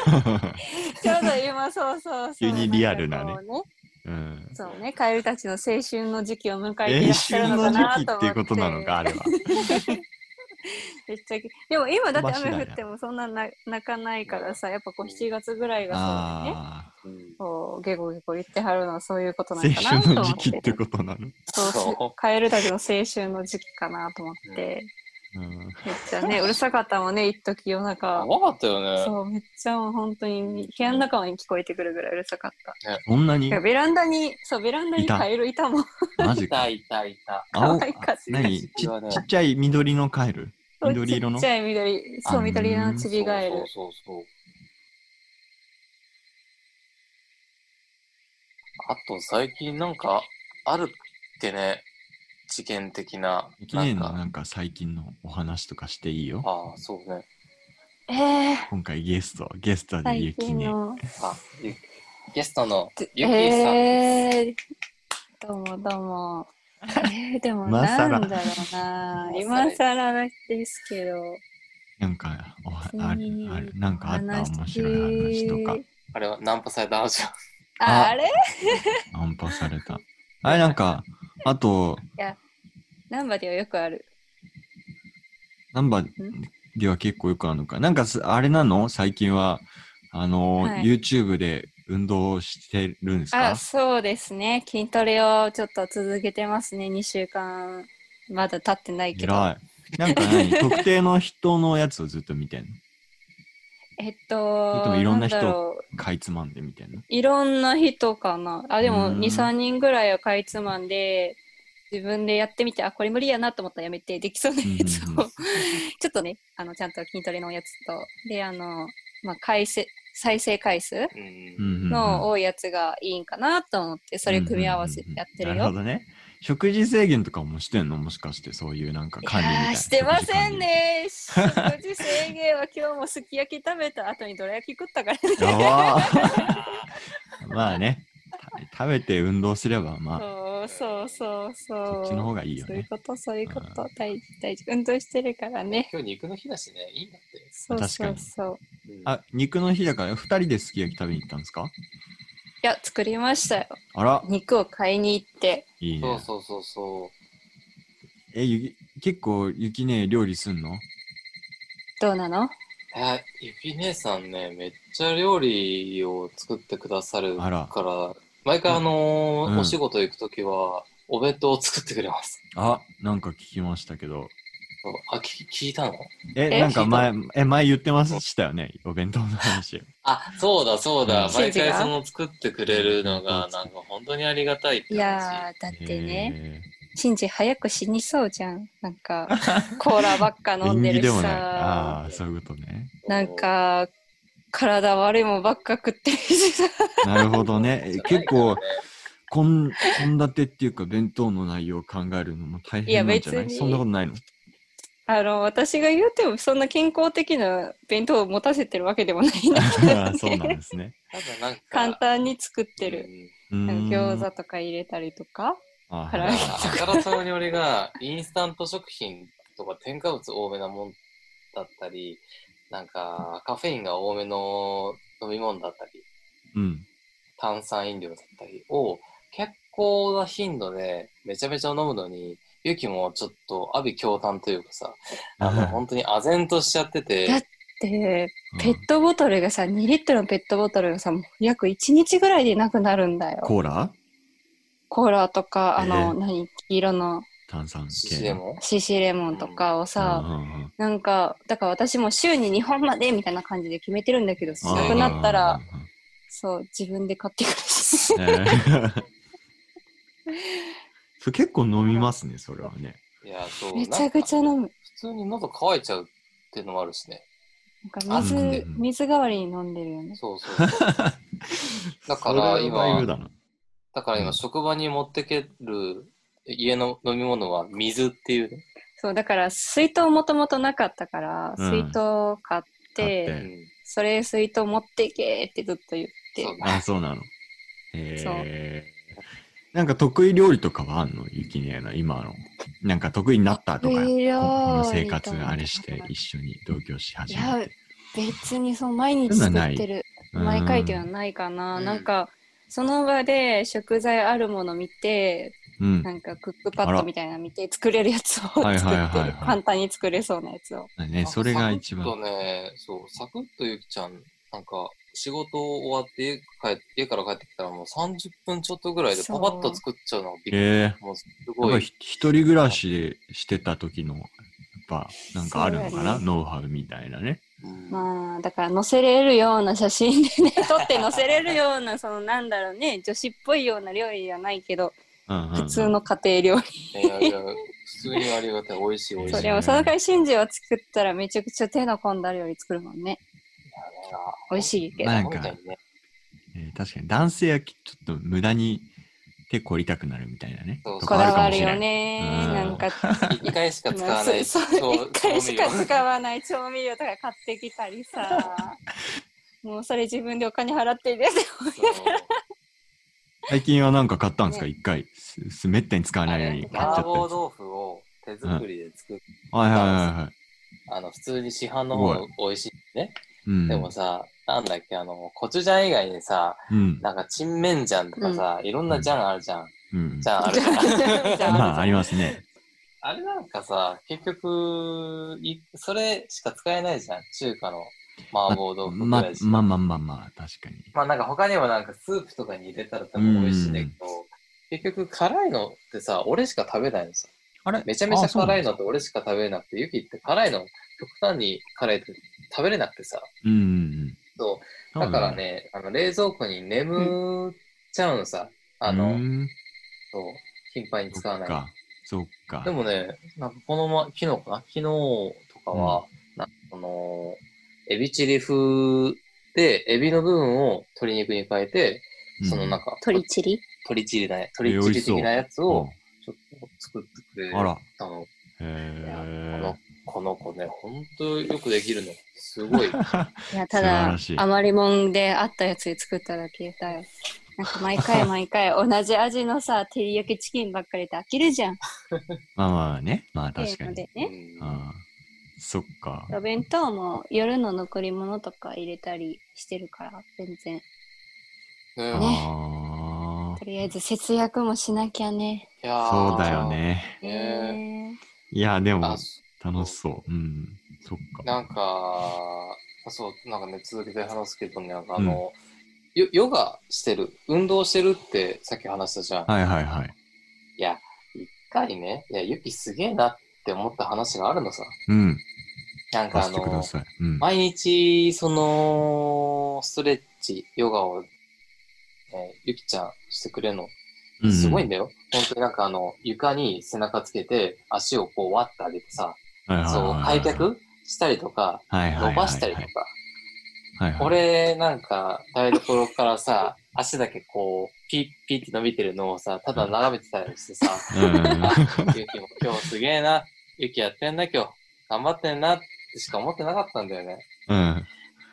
C: ちょうど今そうそうそう
A: 急にリアルなね
C: んかこう
A: うん。
C: そうね、カエルたちの青春の時期を迎えていら
A: 練
C: っしゃ
A: 習
C: るの
A: の
C: かなと思
A: 時
C: っ
A: 期って
C: て。
A: いうことなのか、あれは。
C: めっちゃでも今だ
A: 飛
C: って
A: ばしだ
C: 雨降
A: な
C: ってもそんなな泣かないからさ、やっぱこう7月ぐらいがそうだね。
A: あ
C: こうゲゴゲゴ言ってはるのはそういうこと
A: あ、
C: な
A: 青
C: のかなと
A: 春の
C: 思っ
A: 時期
C: て。
A: ってことなの。
C: そう
B: そう
C: カエルたちの青春の時期かなと思って。
A: うん
C: めっちゃ ね、うるさかったもんね、一時夜中。
B: 怖かったよね。
C: そう、めっちゃもう本当に部屋の中に聞こえてくるぐらいうるさかった。
A: そんな
C: だ
A: に
C: からベランダに、そう、ベランダにカエルいたもん。
A: マ
B: い
A: ジ
B: た
A: か。
B: いたいた。
A: 青
C: 可愛かった、
A: 何ちち
B: うわね
A: っちゃい緑のカエル。緑色の
C: ちっちゃい緑、そう、
A: あ
C: 緑色のちびガエル。
B: そうそうそうそう。あと最近なんかあるってね、事件的な。
A: 一
B: な
A: 年
B: ん
A: の
B: か
A: なんか最近のお話とかしていいよ。
B: ああ、そうね。
C: えー、
A: 今回ゲスト、ゲストで
C: 最
A: ゆき
C: 近
A: ね。
C: の。
B: あ、ゆゲストのゆきさんです。
C: えー、どうもど うも。えー、でも
A: 今
C: な
A: 更
C: んだろうな。今
B: 今
C: 更ですけど。
A: なんか、おは
C: 別
A: ある
C: に、
A: ある、なんかあった面白い話とか。
B: あれはナンパされた話。
C: ああれ
A: ナンパされた。あれなんか、あと、
C: 難波ではよくある。
A: 難波では結構よくあるのか。なんかす、あれなの最近は、あの、
C: はい
A: YouTube で運動をしてるんですか
C: あ、そうですね。筋トレをちょっと続けてますね。2週間。まだ経ってないけど。
A: 偉い。なんか何特定の人のやつをずっと見てんの
C: えっと
A: れとも、いろんな人
C: だろう
A: かいつまんでみたいな。
C: いろんな人かな。あ、でも
A: うーん
C: 2、3人ぐらいはかいつまんで、自分でやってみて、あ、これ無理やなと思ったらやめて、できそうなやつ
A: うんうんう
C: を、 ちょっとね、あの、ちゃんと筋トレのやつと、で、あの、まあ、回せ再生回数
A: うんうんうん
C: の多いやつがいいんかなと思って、それ組み合わせてやってるよ。
A: なるほどね。食事制限とかもしてんのもしかしてそういうなんか管理みたい
C: い
A: な。
C: やーしてませ
A: 食
C: ん
A: 事管理。
C: ね。食事制限は今日もすき焼き食べた後にどら焼き食ったから ね。
A: やばー まあね、た食べて運動すればま
C: そうそうそう
A: あ、
C: そ。
A: そうっちの方がいいよ
C: そういう
A: ね。
C: こと、そういうこ
A: うん
C: と、大事、大事。運動してるからね。
B: 今日肉の日だしね、いいんだって。
C: そうそうそう。
B: うん
A: あ、肉の日だから二人ですき焼き食べに行ったんですか
C: いや、作りましたよ。
A: あら、
C: 肉を買いに行って。
A: いい
B: そう
A: ね。
B: そうそうそ
A: え、ゆき結構雪ね、料理すんの
C: どうなの
B: う。あ、ゆき姉さんね、めっちゃ料理を作ってくださる
A: あら
B: から、毎回あのー
A: うん
B: お仕事行くときは、お弁当を作ってくれます。
A: あ、なんか聞きましたけど。
B: そうあ、き聞いたの
A: え、
C: え
A: なんか前、え、前言ってましたよね。お弁当の話。
B: あ、そうだそうだ
A: う。ん
B: 毎
C: シンジ
B: 回
C: が
B: その作ってくれるのが、なんか本当にありがたいって
C: い
B: 感
C: やー、だってね、
A: へ
C: シンジ早く死にそうじゃん。なんか、コーラばっか
A: ー。
C: 飲んで
A: 縁起
C: る
A: で
C: し
A: もない。
C: さ、
A: ああー、そういうことね。
B: じ。
C: なんか、体悪いもんばっか食ってるしさ。
A: なるほどね。
B: そう、
A: え
B: じゃない
A: 結構
B: か、らね
A: こん、献立っていうか、弁当の内容を考えるのも大変なんじゃない
C: いや別に
A: そんなこと ないの
C: あの、私が言うても、そんな健康的な弁当を持たせてるわけでもないんだけ
A: あー
C: ど
A: そうなん
C: ね。
A: です ね。
B: ただなんか、
C: 簡単に作ってる。
B: うん
A: うー
C: なん
A: ん
C: か餃子とか入れたりとか。
A: あ
C: から
A: はいはい
B: あからさまに俺がインスタント食品とか添加物多めなもんだったり、なんかカフェインが多めの飲み物だったり、
A: うん。
B: 炭酸飲料だったりを結構な頻度でめちゃめちゃ飲むのに、ゆきもちょっと阿鼻驚嘆というかさ、あの本当に唖然としちゃってて、
C: だっで、
A: うん
C: ペットボトルがさ、2リットルのペットボトルがさ、もう約1日ぐらいでなくなるんだよ。
A: コーラ
C: コーラとか、あの、
A: えー
C: 何、黄色の
A: 炭酸系。
B: しでも、
C: シシレモンとかをさ、
A: うんうんうん
C: なんか、だから私も週に2本までみたいな感じで決めてるんだけど、なくなったら、。そう、自分で買ってくるし。
A: あーうんうんうんえ ーそれ結構飲みますね、それはね。
B: いや、そう、
C: めちゃくちゃ
B: なんか
C: 飲む。
B: 普通に喉乾いちゃうっていうのもあるしね。
C: なんか
A: 熱
C: 水、
A: くて
C: 水代わりに飲んでるよね。
B: そうそうそう。だから今
A: それはだいぶだな
B: だから今、職場に持ってける家の飲み物は水っていうね。
C: そう、だから水筒もともとなかったから、
A: うん
C: 水筒買
A: 買
C: っ、
A: って
C: それ水筒持ってけってずっと言って
B: そう。
A: あ、そうなの。へーなんか得意料理とかはあんのゆきねえな、今の。なんか得意になったとか、こ
C: 得意料理とか
A: この生活あれして一緒に同居し始めて。
C: 別にそう毎日作ってる
A: うん
C: 毎回ではないかな、
B: うん
C: なんかその場で食材あるもの見て
A: うん。
C: なんかクックパ
A: あ
C: ッ
A: ら
C: ドみたいなの見て作れるやつを作
A: はい
C: ってる、
A: はいはいはい
C: 簡単に作れそうなやつを
A: ね、それが一
B: サクッ
A: 番。
B: とね、そう、サクッとゆきちゃん、なんか、仕事終わって家帰っ家から帰ってきたらもう30分ちょっとぐらいでパ
C: そう
B: パッと作っちゃうのがびっくり。
A: え
B: もうす
A: ー、やっ
B: ご
A: ぱ
B: い。
A: ひ一人暮らししてた時の、やっぱなんかあるのか
C: そう
A: な、
C: だね
A: ノウハウみたいなね。
B: うん
C: まあだから載せれるような写真で ね撮って載せれるようなそのなんだろうね女子っぽいような料理じゃないけど
A: うんうんうん
C: 普通の家庭料理、
B: いやいや普通にありがたい。美味しい美味し
C: そ
B: い。
C: れをその代わり真珠は作ったらめちゃくちゃ手の込んだ料理作るもんね美味しいけど
A: なんか
B: 本当にね
A: えー確かに男性はきちょっと無駄に手凝りたくなるみたいなね。
B: そう
A: とか
C: こ
A: あ
C: だ
A: か
C: わ
A: も
C: る
A: しれな
C: よ
A: い。
C: ね
A: うん
C: なんか
B: 一回しか使わない。
C: そうそう
B: そう
C: 一回しか
B: 調味料
C: 使わない調味料とか買ってきたりさもうそれ自分でお金払ってるやつ
A: 最近はなんか買ったんですか一回。す、す、めったに使わないのに買っちゃった
B: 麻
A: やつ。は
B: 婆豆腐を手作りで作っ
A: いはいはいはい。
B: あの、普通に市販の方が美味しいね。
A: うん。
B: でもさ、なんだっけ、あの、コチュジャン以外にさ、
A: うん。
B: なんか、チンメンジャンとかさ、いろんなジャンあるじゃん。
A: うん
B: じゃああれか
C: じゃあ
A: まあありますね。
B: あれなんかさ、結局、いそれしか使えないじゃん。中華の麻婆豆腐ぐ
A: ま
B: らいしか。
A: まあまあまあまあ確かに。
B: まあなんか他にもなんかスープとかに入れたら多分美味しいんだけど、結局辛いのってさ、俺しか食べないのさ。
A: あれ
B: めちゃめちゃ辛いの
A: あ
B: って俺しか食べなくて、ユキって辛いの極端に辛いと食べれなくてさ。
A: そうなん
B: そ
A: だ
B: う。だから。ね、あの冷蔵庫に眠っちゃうのさ。あ
A: う
B: の、
A: ん
B: そう。頻繁に使わ
A: そっ
B: ない。
A: か。そっか。
B: でもね、なんかこのま、昨日かな昨日とかは、
A: うん
B: なんかその、エビチリ風で、エビの部分を鶏肉に変えて、
A: うん
B: そのなんか、
C: 鳥チリ
B: 鶏チリだね。
A: え
B: 鶏チリ的なやつを
A: う
B: ちょっと作ってくれ
A: んあら。
B: たの。あ
A: へ
B: の、この子ね、ほんとよくできるの。すごい。
C: いや、た
A: 素晴
C: だ
A: らしい、
C: 余りもんであったやつで作っただけだよ。なんか 毎回毎回同じ味のさ、照り焼きチキンばっかりで飽きるじゃん。
A: まあまあね。まあ確
C: テ
A: か
C: ーマ
A: に。
C: でね。
B: うん
A: あーそっか。
C: お弁当も夜の残り物とか入れたりしてるから、全然。
B: ね
A: あ
C: とりあえず節約もしなきゃね。
B: いや
A: あ。
B: ー
A: そうだよ。ね。
B: ね
C: ね
A: いや、でも
B: あ、そ
A: 楽しそう。うん。そっか。
B: なんか、そう、なんかね、続けて話すけどね、なんかあの、ヨヨガしてる、運動してるってさっき話したじゃん。
A: はいはいはい。
B: いや、一回ね、いや、ユキすげえなって思った話があるのさ。
A: うん。
B: なんか
A: 貸
B: あ
A: してくだ
B: の、
A: さい。うん。
B: 毎日、その、ストレッチ、ヨガを、ね、ゆきちゃんしてくれるの。
A: うん
B: すごいんだよ。本当になんかあの、床に背中つけて、足をこう割ってあげてさ、
A: はいはい
B: そう、
A: はい
B: 開脚したりとか、
A: はいはいはいはい
B: 伸ばしたりとか。
A: はいはい
B: 俺、なんか、台所からさ、足だけこう、ピッピッって伸びてるのをさ、ただ眺めてたりしてさ、
A: うん
B: あゆきも今日すげえな。ゆきやってんな今日。頑張ってんなってしか思ってなかったんだよね。
A: うん。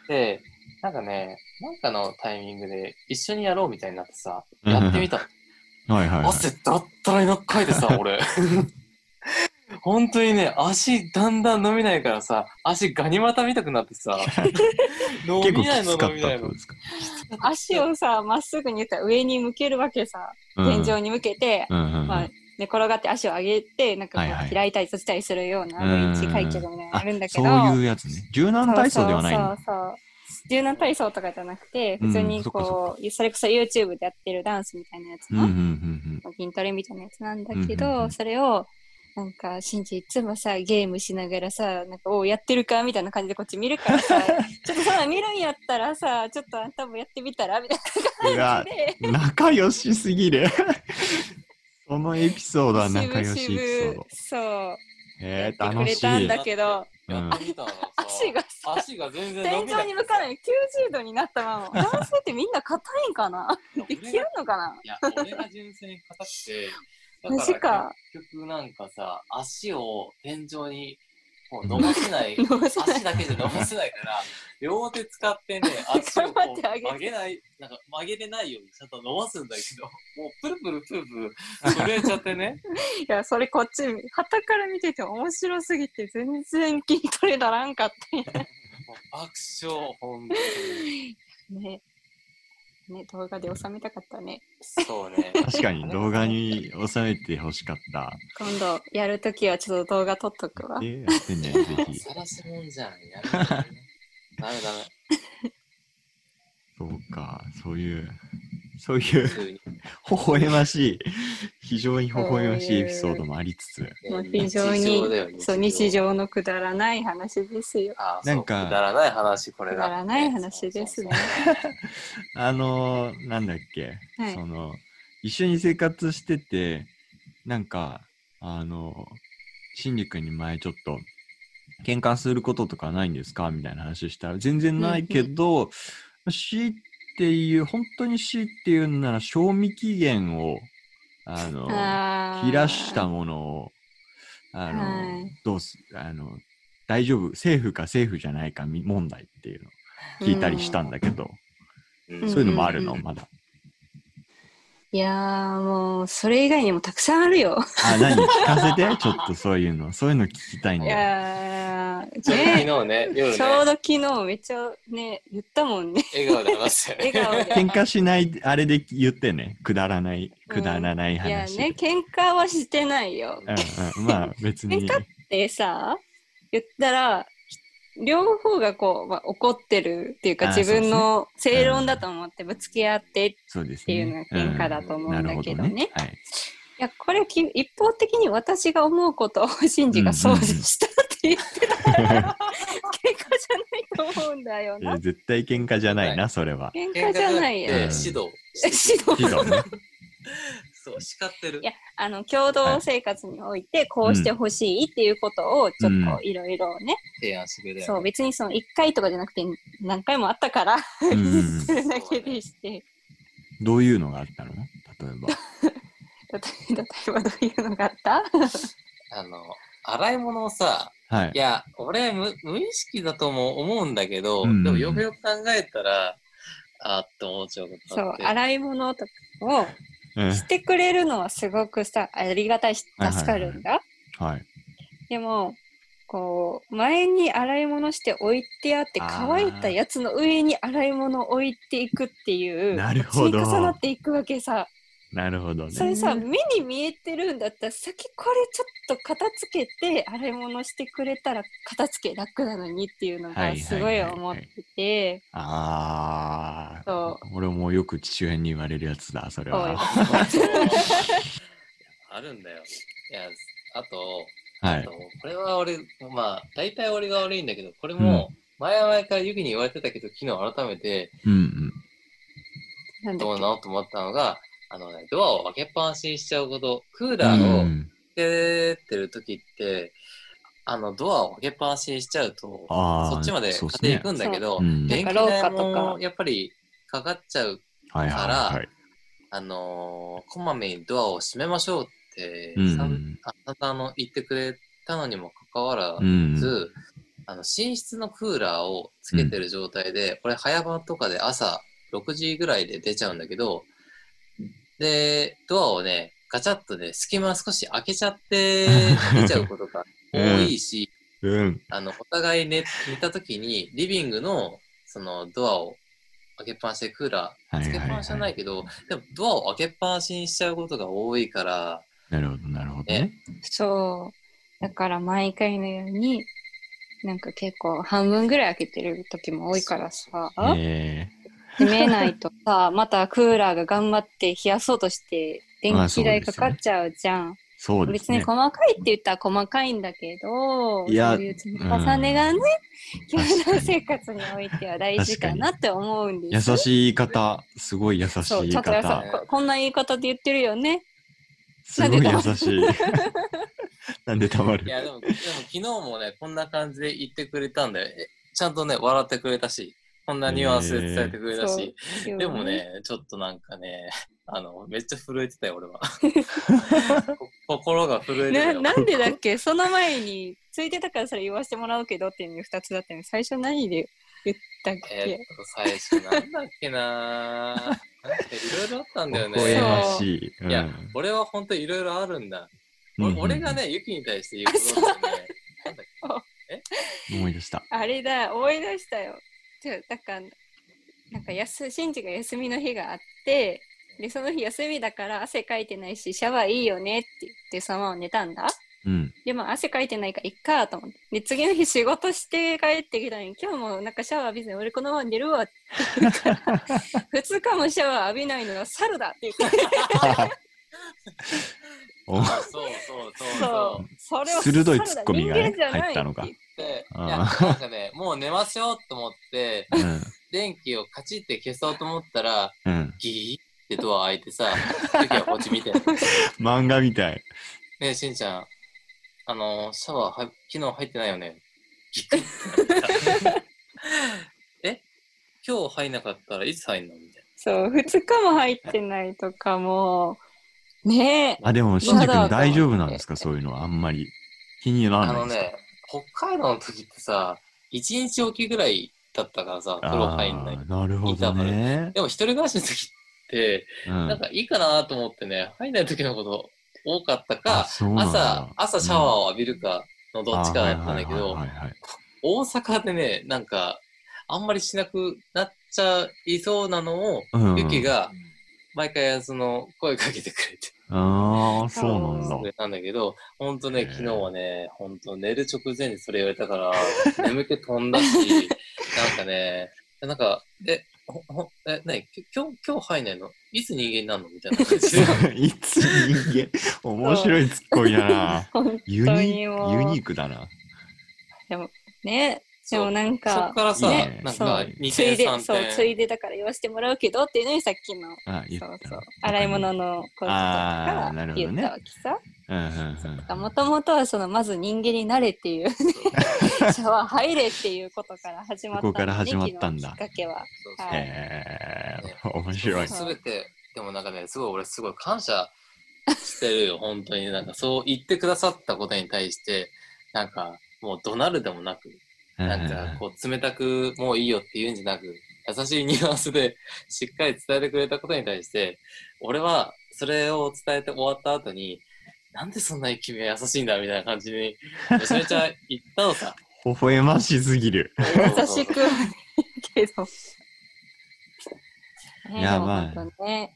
B: で、なんかね、なんかのタイミングで一緒にやろうみたいになってさ、やってみた。
A: はいはいはい。
B: 汗だったらいのっかいでさ、俺。 本当にね、足だんだん伸びないからさ、足ガニ股みたくなっ てさ、伸
A: 結構
B: び
A: き
B: ないの
A: つか
B: 伸
A: っ
B: び
A: た
B: な
A: って
B: い
A: こ
B: の
A: と。ですか
C: 足をさ、まっすぐに言ったら上に向けるわけさ。天井に向けて、
A: うんうんうん
C: まあ、寝転がって足を上げて、なんか
A: はいは
C: こ
A: いう
C: 開いたり閉じたりするような、
A: うん
C: ブリッジ開脚みたいなのあるんだけど、
A: そういうやつね。柔軟体操ではない
C: そ
A: んだ
C: う。そうそう柔軟体操とかじゃなくて、
A: うん
C: 普通に
A: そっかそ
C: こう、それこそ YouTube でやってるダンスみたいなやつ
A: うんう
C: の、
A: んうん
C: 筋トレみたいなやつなんだけど、
A: うんうんうん
C: それを、なんか、シンジいつもさ、ゲームしながらさ、なんか、おうやってるかみたいな感じでこっち見るからさ、 ちょっとそんなん見るんやったらさ、ちょっとあんたもやってみたらみたい
A: うん。う
C: な
A: わ
C: 感、じで、
A: 仲良しすぎる。 そのエピソードは仲良しエピソ
C: し
A: ード。
C: そう、やっ
A: え
C: て
A: ー、
C: く
A: 楽
C: れ
A: した
C: ん
A: い。
C: だけど、
A: うん
B: やってみたのさ
C: 足がさ、
B: 足が全然
C: 天
B: 伸びない。
C: 井に向かない90度になったま ま。男性ってみんな硬いんかなできるのかない
B: や、俺が純粋に硬くて、
C: マジ
B: だから
C: か
B: 結局なんかさ、足を天井にこう伸ばせ ない、
C: 伸ばせない
B: 足だけじゃ伸ばせないから、両手使ってね、足をこ
C: 頑張っ
B: う
C: てあげて
B: 曲げない、なんか曲げれないようにちゃんと伸ばすんだけど、もうプルプルプルプル震えちゃってね。
C: いや、それこっち、旗から見てて面白すぎて、全然筋トレならんかったんや
B: もう爆笑、ほんとに。
C: ね。ね、動画で収めたかったね。
B: そうね。
A: 確かに動画に収めてほしかった。
C: 今度やるときはちょっと動画撮っとくわ。
A: えー、やってね、ぜひ。
B: さらすもんじゃん。やめなよねダメダメ。
A: そうか、そういう、そういう、
B: 普通に
A: 微笑ましい、非常に微笑ましいエピソードもありつつ、
C: もう非常に
B: だよ
C: そう、日常のくだらない話ですよ。
B: あ
A: な
B: なんん
A: か
B: かくだらない話これ
C: くだらない話ですね。
A: あのー、なんだっけ、
C: はい
A: その、一緒に生活してて、なんか、あのー、しんりくんに前ちょっと、喧嘩することとかないんですかみたいな話したら、全然ないけど、死っていう、本当に死っていうなら、賞味期限を、あのー、
C: あー
A: 切らしたものを、あの、
C: はい
A: どうす、あの、大丈夫、政府か政府じゃないかみ問題っていうのを聞いたりしたんだけど、
B: うん
A: そういうのもあるの、
C: うんうん
A: まだ。
C: いやーもう、それ以外にもたくさんあるよ。
A: あ、何聞かせて、ちょっとそういうの、そういうの聞きたいん
C: い
A: だよ。
C: やはい。
B: ちょうど昨日
C: ね、
B: ね、夜ね
C: ち、ょうど昨日めっちゃね、言った もんね。
B: 笑顔で話したよね。
C: 笑顔で。
A: 喧嘩しない、あれで言ってね。くだらない、
C: うん
A: くだらない
C: いや
A: 話。
C: ね、喧嘩はしてないよ。
A: うんうんま あ別に
C: 喧。嘩ってさ、言ったら、両方がこう、まあ、怒ってるっていうか
A: あー
C: 自分の
A: ね
C: 正論だと思ってぶつけ合って、い
A: そうです
C: ていう
A: ね
C: の。が喧嘩だと思うんだけどね
A: なるほはい
C: や、これき一方的に私が思うことをシンジがそうでしたって言ってたから、喧嘩じゃないと思うんだよ
A: い や
C: な。
A: 絶対喧嘩じゃないな、それは。
C: 喧嘩じゃないよ。
A: う
B: 喧嘩じゃなんくて指導。
C: 指導
A: いいぞね。
B: そう、叱ってる
C: い。や、あの、共同生活において、こうしてほしいっていうことを、ちょっといろいろね、
B: 提案してくれた
C: そ
B: よ
C: う、
B: ね。
C: 別にその1回とかじゃなくて、何回もあったから、
A: うんうんうん
C: それだけでして、例
A: どういうのがあったの例え ば。
C: えば例えばどういうのがあ った
B: あの、洗い物をさ、
A: はい
B: い。や、俺無、無意識だとも思うんだけど、
A: うん
B: でもよくよく考えたら、あーって思っちゃうこと
C: そ
B: があっ
C: う
B: て。、
C: 洗い物とかを
A: うん
C: してくれるのはすごくさ、ありがたいし、
A: はいはいはい
C: 助かるんだ。
A: はい。
C: でも、こう、前に洗い物して置いてあって、
A: あー
C: 乾いたやつの上に洗い物を置いていくっていう、
A: なるほ
C: 積み
A: ど。
C: 重なっていくわけさ。
A: なるほどね。
C: それさ、目に見えてるんだったら先これちょっと片付けて洗い物してくれたら片付け楽なのにっていうの
A: はいはい
C: がすごい思ってて、
A: ああ
C: そ。
A: 俺もよく父親に言われるやつだ、それは。
B: そう あるんだよ。いや、あと、
A: は
B: あ
A: い
B: と。これは俺、まあ、大体俺が悪いんだけど、これも、前々からユキに言われてたけど、昨日改めて、
A: うんうん。
C: なんだ
B: ど
C: っ
B: う
C: け
B: なのと思ったのが、あのね、ドアを開けっぱなしにしちゃうこと、クー
A: う
B: ラーを
A: ん
B: 出ってる時って、あの、ドアを開けっぱなしにしちゃうと、
A: ああ。
B: そっちまで家
A: そうす
B: 庭
A: ね
B: 行くんだけど
A: う、ん
C: で
B: 電気
C: 廊下
B: 代
C: とか
B: もやっぱりかかっちゃう、
A: はいはいはい。
B: あのーこまめにドアを閉めましょうって、
A: うん
B: さんあなたの言ってくれたのにもかかわら
A: うん
B: ず、あの寝室のクーラーをつけてる状態で、これ早番とかで朝6時ぐらいで出ちゃうんだけど、で、ドアをね、ガチャッとね、隙間少し開けちゃ って出ちゃうことが多いし、
A: うん。
B: あの、お互い寝、寝た時に、リビングの、その、ドアを開けっぱなしでクーラ
A: は
B: ー、
A: い
B: つ
A: はい
B: けっぱなしじゃ
A: は。
B: ないいけど、でもドアを開けっぱなしにしちゃうことが多いから、
A: なるほど、なるほどね。
C: そうだから毎回のようになんか結構半分ぐらい開けてる時も多いからさ、
A: え
C: 閉めないとさまたクーラーが頑張って冷やそうとして電
A: まあそ
C: 気
A: うですね
C: 代かかっちゃうじゃん、
A: ーそうで
C: 別
A: す
C: に
A: ね。
C: 細かいって言ったら細かいんだけど
A: いや
C: そういう積み重ねがね、
A: うん
C: 共同生活においては大事かなって思うんで
A: 優
C: すよ。
A: しい言い方、すごい優しい
C: そ
A: 言
C: う、
A: い
C: ちょっと優し
A: 方。
B: い
C: ここんな言い方で言ってるよね。
A: すごい優しい。なんでたま
B: い
A: る
B: や、でも、でも昨日もね、こんな感じで言ってくれたんだよ。えちゃんとね、笑ってくれたし、こんなニュアンスで伝えてくれた
C: そう
B: し、でも。ね、ちょっとなんかね、あの、めっちゃ震えてたよ、俺 は。こ心が震えてた
C: な
B: よ。
C: なんでだっけその前に、ついてたからそれ言わせてもらうけどっていうの2つだったのに最初何で言ったっ
B: えーっ
C: け、
B: と、最初なんだっけななんかいろいろあったんだよね。
A: 微笑ましい。うん
B: いや、俺は本当いろいろあるんだ。
A: うんうん
B: お俺がね、ユキに対して言うことだったよね。なんだっ
A: 思い出した。
C: あれだ、思い出したよ。ちょだから、なんかやす、シンジが休みの日があって、で、その日休みだから汗かいてないし、シャワーいいよねって言って、そのまま寝たんだ。
A: うん。
C: でも汗かいてないからいっかと思って。で、次の日仕事して帰ってきたのに、今日もなんかシャワー浴びずに俺このまま寝るわって言う から、2日もシャワー浴びないのは猿だって言って、
A: お
B: けそうそうそう
C: そ、
B: そう
C: それは
A: 鋭いツッコミがね
C: 猿だ人間じゃない
A: 入ったのか
B: う。で、い
A: あー
B: や、なんかね、もう寝ましょうと思って、
A: うん。
B: 電気をカチって消そうと思ったら、
A: うん。
B: ギーってドア開い てさ、ユキはこっち見て。
A: 漫画みたい。
B: ねえ、しんちゃん、あのー、シャワーは、昨日入ってないよね。 え今日入んなかったらいつ入んのみたい
C: そう、2日も入ってないとかもう、ね
A: あ、でも、しんじ君
C: まだ
A: 大丈夫なんですかそういうのは。あんまり気になら
B: な。あ
A: ない
B: の
A: んですか
B: ね、北海道の時ってさ、一日おきぐらいだったからさ、風呂入んない
A: あ。ーなるほどね。
B: でも一人暮らしの時って、
A: う
B: なん
A: ん。
B: かいいかなと思ってね、入んない時のこと多かった
A: あ
B: か、
A: そうなんだ
B: 朝、朝シャワーを浴びるか、のどっちかはやったんだけど
A: はい、はいはいはい
B: 大阪でね、なんか、あんまりしなくなっちゃいそうなのを、
A: うんうん
B: ゆきが、毎回、その、声かけてくれて、
A: ああ、そうなんだ
B: そ。れなんだけど、ほんとね
A: へ、ー
B: 昨日はね、ほんと寝る直前にそれ言われたから、眠気飛ん だし、なんかね、なんか、え、ほ、ほ、え、なに、き今日、今日入んないのいつ人間になるのみたいな感じ で。
A: いつ人間、面白いツッコミだな。
C: 本当
A: ユニ
C: に
A: ユ
C: もう
A: ニークだな。
C: ねでもなん
B: そっ
C: か
B: からさ、
A: ね
B: なん
A: そ
B: か
A: う
B: 2
C: つい
B: 点
C: で
B: 3
C: そう
B: 点。
C: ついでだから言わせてもらうけどっていうのにさっきの
A: あ言っ
C: そ
A: た
C: うそう洗い物
A: の。
C: のことと
A: あ
C: か
A: ーなるほど
C: 言
A: ね
C: ったわけさ
A: うんうんうん
C: もともとはそのまず人間になれっていう ねシャワー入れっていうことから始まった
A: ここから始まったんだ
C: 昨日のきっかけは
B: そうそう
C: はい
A: へえ、面白い。
C: そう
B: すべて、でもなんかね、すごい俺すごい感謝してる よ、本当に。なんかそう言ってくださったことに対して、なんかもう怒鳴るでもなく、なんかこう冷たくもういいよって言うんじゃなく、優しいニュアンスで しっかり伝えてくれたことに対して、俺はそれを伝えて終わった後に、なんでそんなに君は優しいんだみたいな感じに、めちゃめちゃ言ったのさ。
A: 微笑ましすぎ る。
C: 優しくはないけど。ね
A: い
C: え
A: やまあ
C: もう本当ね、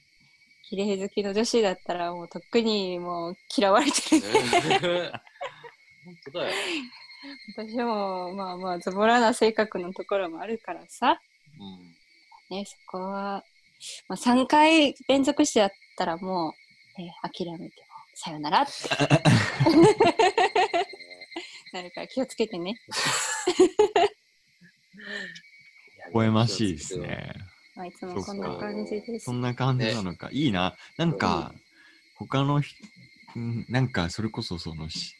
C: 綺麗好きの女子だったらもうとっくにもう嫌われて る。
B: 本当だよ。
C: 私もまあまあズボラな性格のところもあるからさ、
B: うん
C: ね、そこは、まあ、3回連続してやったらもう、ね、諦めてもさよならってなるから気をつけてね。
A: 微笑ましいです。ね。
C: まあ、いつもこんな感じです。
A: そんな感じなのか。いいな。なんか、他の人、うんなんか、それこそそのし、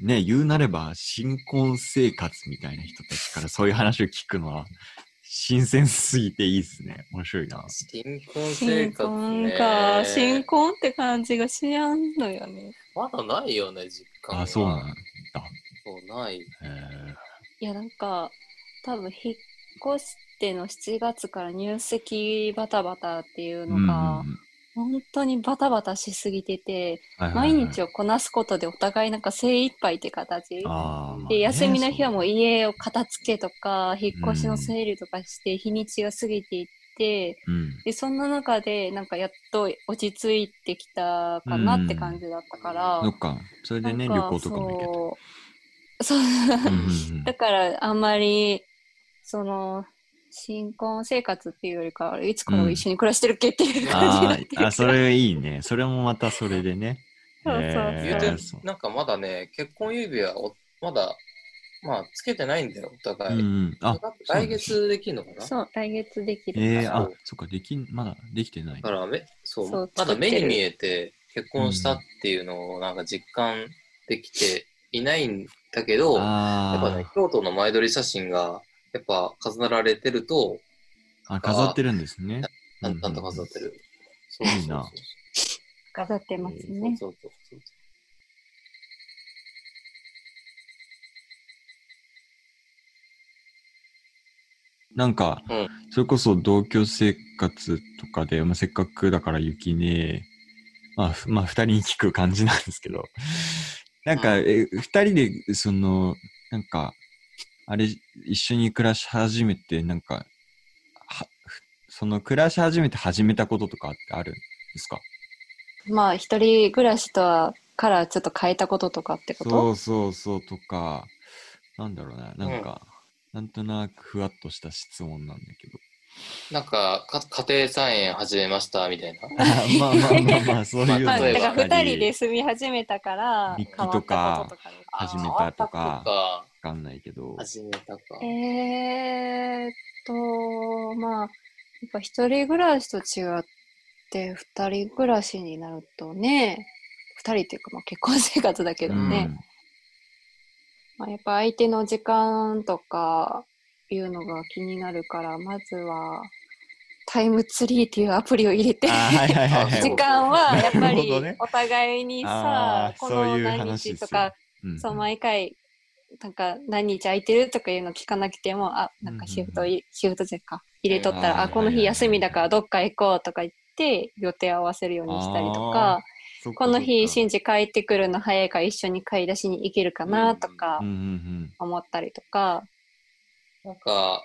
A: ね、言うなれば、新婚生活みたいな人たちからそういう話を聞くのは、新鮮すぎていいですね。面白いな。
B: 新婚生
C: 新
B: 活
C: 婚
B: ね。
C: か、新婚って感じがしやんのよね。
B: まだないよね、実感が。
A: あ、そうなんだ。
B: そうない。
A: へえ
C: いや、なんか、多分引っ越しての7月から入籍バタバタっていうのが、
A: うんうんうん
C: 本当にバタバタしすぎてて、
A: はいはい
C: 毎
A: はい
C: 日をこなすことでお互いなんか精一杯って形。
A: あーまあね
C: で、休みの日はもう家を片付けとか、引っ越し
A: う
C: の
A: ん
C: 整理とかして、日にちが過ぎていって、
A: そううん
C: で、そんな中で、なんかやっと落ち着いてきたかなって感じだったから、
A: そっか。それでね、旅
C: なん
A: 行とかも行けて。
C: そう。そううん
A: うんうん
C: だからあんまりその新婚生活っていうよりかはいつから一緒に暮らしてるっけっていう感じにな
A: あ
C: ってるか
A: ー
C: ら
A: あ、それいいね。それもまたそれでね。
C: そうそう
A: えー
B: 言う
C: そ
B: て
C: う
A: そう、
B: なんかまだね、結婚指輪を、まだ、まあ、つけてないんだよ、お
A: う
B: 互
A: んう
B: い。
A: ん。あ、
B: 来月できるのかな
C: そう来月できる
A: え
C: か
A: ー、
C: ら、
A: あ、そっか、できん、まだできてない
B: だか。らめ、そう、
C: そう
B: まだ
C: 作っ
B: 目
C: てる
B: に見えて結婚したっていうのをなんか実感できていないんだけど、やっぱ
A: あ
B: ね、京都の前撮り写真が、やっぱ飾られてると、
A: ーあ、飾ってるんですね。
B: な
A: うんん
B: なんと飾ってる。そう
A: いいな
C: 飾ってます
B: そう
C: ね
B: そうそうそう。
A: なんか、
B: うん
A: それこそ同居生活とかで、まあ、せっかくだから雪ね、まあ、ふまあ、二人に聞く感じなんですけど、 なんか、え二人で、その、なんか、あれ、一緒に暮らし始めて、なんか、は、ふその暮らし始めて始めたこととかってあるんですか
C: まあ一人暮らしとはからちょっと変えたこととかってこ
A: そ
C: と
A: うそうそうとか、なんだろうな、なんか、なんとなくふわっとした質問なんだけど。
B: なんかか、家庭菜園始めましたみたいな。
A: あまあまあまあまあ、そういうの
C: まあ、
B: 例えば
C: だから2人で住み始めたから
A: 日記
C: 変わ
A: と
C: っ
A: か
C: たこととか
A: 始めたとか
B: 変わっ
A: わかんないけど
B: たとか。始めたか。
C: えー、っと、まあ、やっぱ一人暮らしと違って、二人暮らしになるとね、二人っていうか、まあ、結婚生活だけどね、まあ、やっぱ相手の時間とかいうのが気になるから、まずは、タイムツリーっていうアプリを入れて
A: うん、あーはいはいはいはい。
C: 時間はやっぱ
A: なる
C: り
A: ほどね
C: お互いにさ
A: あ、ー
C: こ
A: そう
C: の
A: いう
C: 何
A: 話
C: 日
A: です
C: と
A: よ
C: か、
A: うん
C: そう毎回なんか何日空いてるとかいうの聞かなくてもあなんかシフトい、シフトじゃか入れとった
A: はい
C: らあこの日休みだからどっか行こうとか言って予定合わせるようにしたりと
A: あ
C: か
A: そっか
C: この
A: そっ
C: 日
A: か
C: シンジ帰ってくるの早いから一緒に買い出しに行けるかなとか
A: うんうん
C: 思ったりとか、
B: なんか、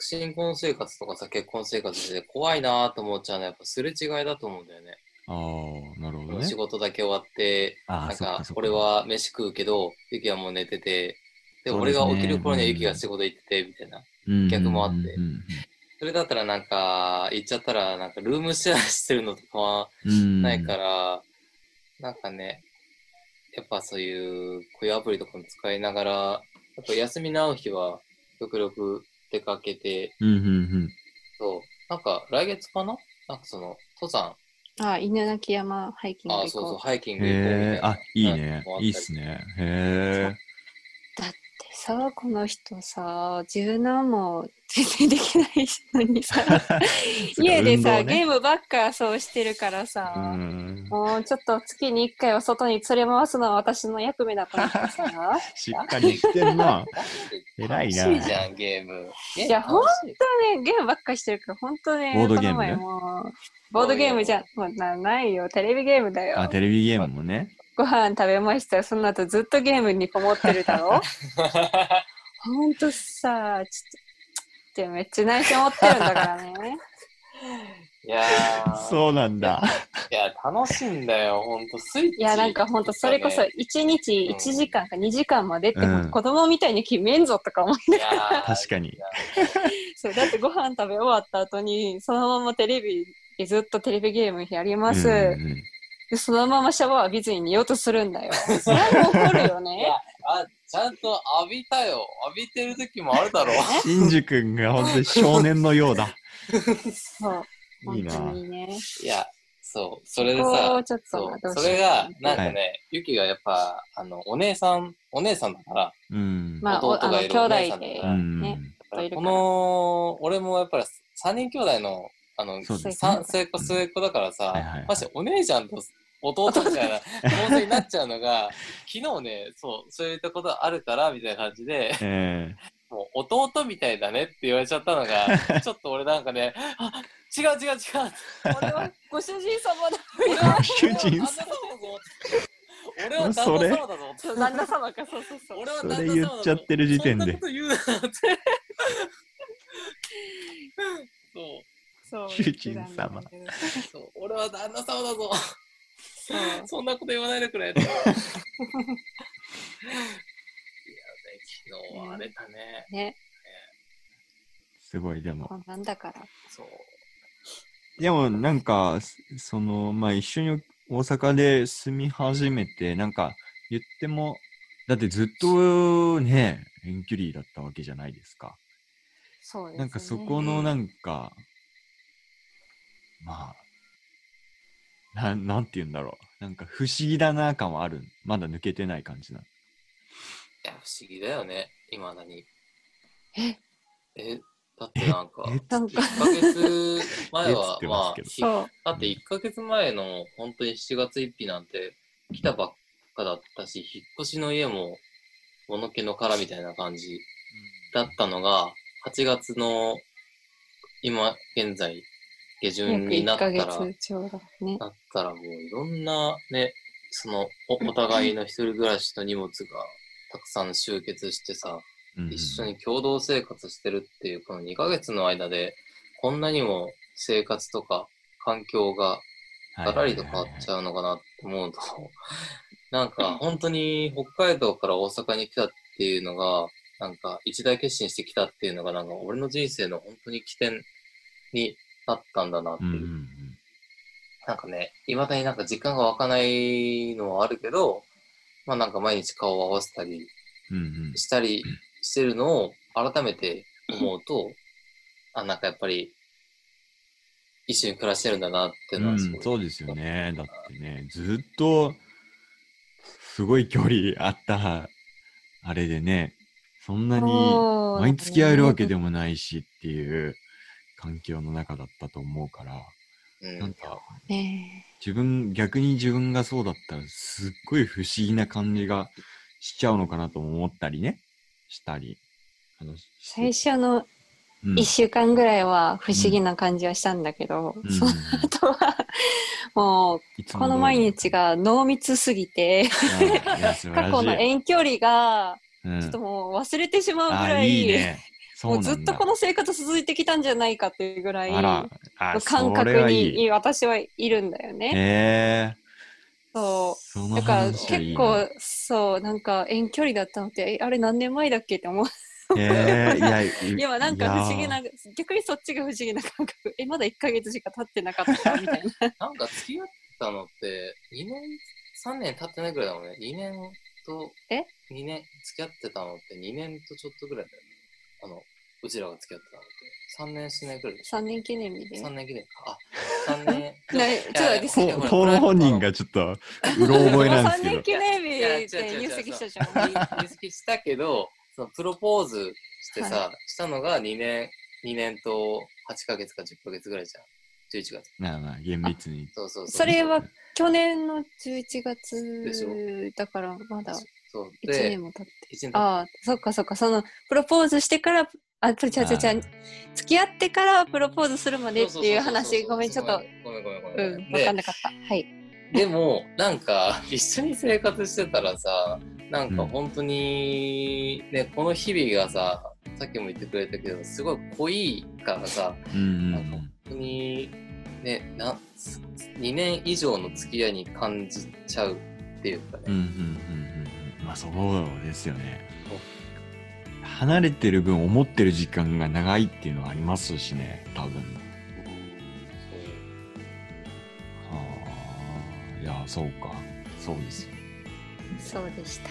B: 新婚生活とかさ、結婚生活で怖いなと思っちゃうのは、やっぱすれ違いだと思うんだよね。
A: うん。ああ、なるほどね
B: 仕。事だけ終わって、
A: あー
B: なん
A: そっか
B: か
A: そっか
B: 俺は飯食うけど、ゆきはもう寝てて、で、
A: そう
B: 俺
A: ですね
B: が起きる頃にはゆきが仕事行ってて、みたいな。逆もあって
A: うんうん
B: それだったらなんか、行っちゃったら、なんかルームシェアしてるのとかは
A: うんうん。
B: ないから、なんかね、やっぱそういう、こういうアプリとかも使いながら、やっぱ休みの合う日は、極力出かけて、
A: うんうんうん。
B: そう、なんか来月かななんかその、登山、
C: あ犬鳴山ハイキング
B: あ
C: 行
B: ー
C: こう
B: そうそう、ハイキング行こうみた
A: へ
B: い
A: え、
B: な。
A: あ、いいね
B: なんかもあ。た
A: いい
B: り
A: っすね。へえ。
C: だってさこの人さ柔軟も全然できないの にさ家でさ、ゲームばっかそうしてるからさ、
A: ム
C: もうちょっと月に1回は外に連れ回すのは私の役目だと思って さ
A: しっかりしてん な。偉いな
B: 楽しいじゃん、ゲーム。
C: いや
B: ほん
C: 本当ねゲームばっかしてるから本当ね
A: ボードゲームね
C: この前もうボードゲームじゃもうなないよテレビゲームだ
A: あ、
C: よ
A: テレビゲームもね。
C: ご飯食べましたその後ずっとゲームにこもってる だろほんとさちょっとってめっちゃ内緒持ってるんだから ね
B: いやー
A: そうなんだ。
B: いや、楽しいんだよ、ほんと、スイッチ。
C: いやなんかほんとそれこそ
B: い
C: 1日1時間か2時間までって、
A: うん
C: 子供みたいに決めんぞとか思い
B: やー
A: 確かに。
C: そうだってご飯食べ終わった後にそのままテレビずっとテレビゲームやります、
A: うんうん
C: でそのままシャワー浴びずに寝ようとするん だよそれはもう怒るよ
B: いや
C: ね、
B: あ、ちゃんと浴びたよ。浴びてる時もあるだろう。
A: 真珠くんが本当に少年のようだ。
C: そう
A: いい
C: 本
A: な。
C: 当にね
B: いや、そう、それで
C: こ
B: さ、
C: うちょっと
B: そ
C: まあ
B: う、
C: ど
B: そう
C: しよ
B: れ
C: う
B: が
C: か、
B: なん
A: は
B: かね、ゆきがやっぱ、あの、お姉さん、お姉さんだから、
A: うん。
C: まあお
B: 弟がいる
C: あの
B: お姉さんだ
C: 兄弟で
B: か
A: う
B: ら、
A: ん
C: ねな
B: この、俺もやっぱり3人兄弟の、あの、
A: そうです
C: ね
B: さ末っ子末っ子だからさ
A: はいはいはい、
B: ましてお姉ちゃんと弟みたいな構成になっちゃうのが、昨日ね、そう、そういったことあるから、みたいな感じで、
A: え
B: もう弟みたいだねって言われちゃったの が、ちょっと俺なんかね、あ違う違う違う
C: これはご主人様だ
B: 俺は
A: 主人様
B: 俺は旦那様だぞ俺は旦那様だぞ
C: そう旦那様かそうそうそう
B: 俺は
A: そ
B: 旦那様だぞ
A: れ言っちゃってる時点
B: そんな
A: で
B: こ、と言うなってそ
C: そう
A: 主人様
B: うそう俺は旦那様だぞ
C: そう
B: そんなこと言わないでくれいやね昨日は荒れたね
C: ね
A: すごい、でも。
C: こんなんだから
B: そう
A: でも、なんか、すその、まあ、一緒に大阪で住み始めて、なんか、言っても、だってずっとね、遠距離だったわけじゃないですか。
C: そうです、ね、
A: なんかそこのなんか、まあ、なん、なんて言うんだろう。なんか不思議だな感はある。まだ抜けてない感じな。
B: いや不思議だよね今何
C: え
B: えだってなんか
A: え
C: なん
B: 1
C: か
B: ヶ月前は
A: えっつって
B: ま
A: ま
B: あ
A: すけど
B: ひ
C: そう
B: だって1ヶ月前の本当に7月1日なんて来たばっかだったし引っ越しの家も物気の殻みたいな感じだったのが8月の今現在下旬
C: 約
B: にな
C: 1
B: った
C: ヶ
B: ら
C: 月ちょうどね
B: なったらもういろんなねそのおお互いの一人暮らしの荷物がたくさん集結してさ、
A: うん
B: 一緒に共同生活してるっていうこの2ヶ月の間でこんなにも生活とか環境がガラリと変わっち
A: ゃ
B: ゃうのかなって思うと なんか本当に北海道から大阪に来たっていうのがなんか一大決心してきたっていうのがなんか俺の人生の本当に起点になったんだなって
A: う
B: い
A: ん
B: う、
A: うんうん。
B: なんかねいまだになんか時間が湧かないのはあるけどまあなんか毎日顔を合わせたり
A: うんうん
B: したりしてるのを改めて思うと、あ、なんかやっぱり、一緒に暮らしてるんだなっていうのはすごい、
A: うん、そうですよね。だってね、ずっと、すごい距離あった、あれでね、そんなに
C: そう
A: 毎月会えるわけでもないしっていう環境の中だったと思うから、
B: うん
A: なんか
C: ね
A: 自分、逆に自分がそうだったら、すっごい不思議な感じがしちゃうのかなとも思ったりね、したり。あの
C: 最初の
A: うん
C: 1週間ぐらいは不思議な感じはしたんだけど、
A: うん
C: その後はもう
A: いつも
C: こ
A: 通り
C: の毎日が濃密すぎて
A: うんいや素晴らし
C: 過
A: い
C: 去の遠距離が
A: うん
C: ちょっともう忘れてしまうぐ
A: あ
C: ら
A: い
C: い
A: いねそう
C: も
A: なんだ
C: うずっとこの生活続いてきたんじゃないかっていうぐらい
A: あら
C: の
A: あ
C: 感
A: それ
C: 覚
A: はい
C: に
A: い
C: 私はいるんだよね。
A: へえ
C: そう
A: その
C: だから
A: 話はいいな
C: 結構そうなんか遠距離だったのってえあれ何年前だっけって思う
A: えー、いや、い
C: 今なんか不思議ない逆にそっちが不思議な感覚えまだ1ヶ月しか経ってなかったみ たいな
B: なんか付き合ったのって、2年、3年経ってないぐらいだもんね。2年と、
C: え
B: ?2 年、付き合ってたのって2年とちょっとぐらいだよね。あの、うちらが付き合ってたのって。3年しないぐらいでしょ
C: 3年記念日で
B: 3年記念か。あ、3年。
C: ねちょっと待って
A: や
B: いや
A: こ
B: ほ
A: こ
B: ら
A: の本人
B: ほら
A: がちょっとうろ覚えなんですけ
C: 3年
A: ど
C: 記念
B: いや違う違う
C: 日で
B: 違う
C: 入籍したじ
B: そ
C: ゃ
B: うん 入籍したけど、そのプロポーズしてさ、したのが2年、2年と8ヶ月か10ヶ月ぐらいじゃん。11月。
A: まあまあ厳密に
B: そうそうそう。
C: それは去年の11月
B: でしょ
C: だからまだ
B: そう。
C: 1
B: で
C: 年、も経って
B: 一年経っ
C: ああそっかそっかそのプロポーズしてからあちゃちゃちゃ付き合ってからプロポーズするまでっていう話ごめんちょっと。
B: ごめんごめんご
C: う
B: めん。
C: ん分かんなかったはい
B: ででも、なんか、一緒に生活してたらさ、なんか本当に、ね、この日々がさ、さっきも言ってくれたけど、すごい濃いからさ、
A: うん
B: なんか本当に、ね、な2年以上の付き合いに感じちゃうっていうかね。
A: うんうんうんうんうんまあそうですよね離れてる分思ってる時間が長いっていうのはありますしね多分はあいやそうかそうですよ
C: そうでした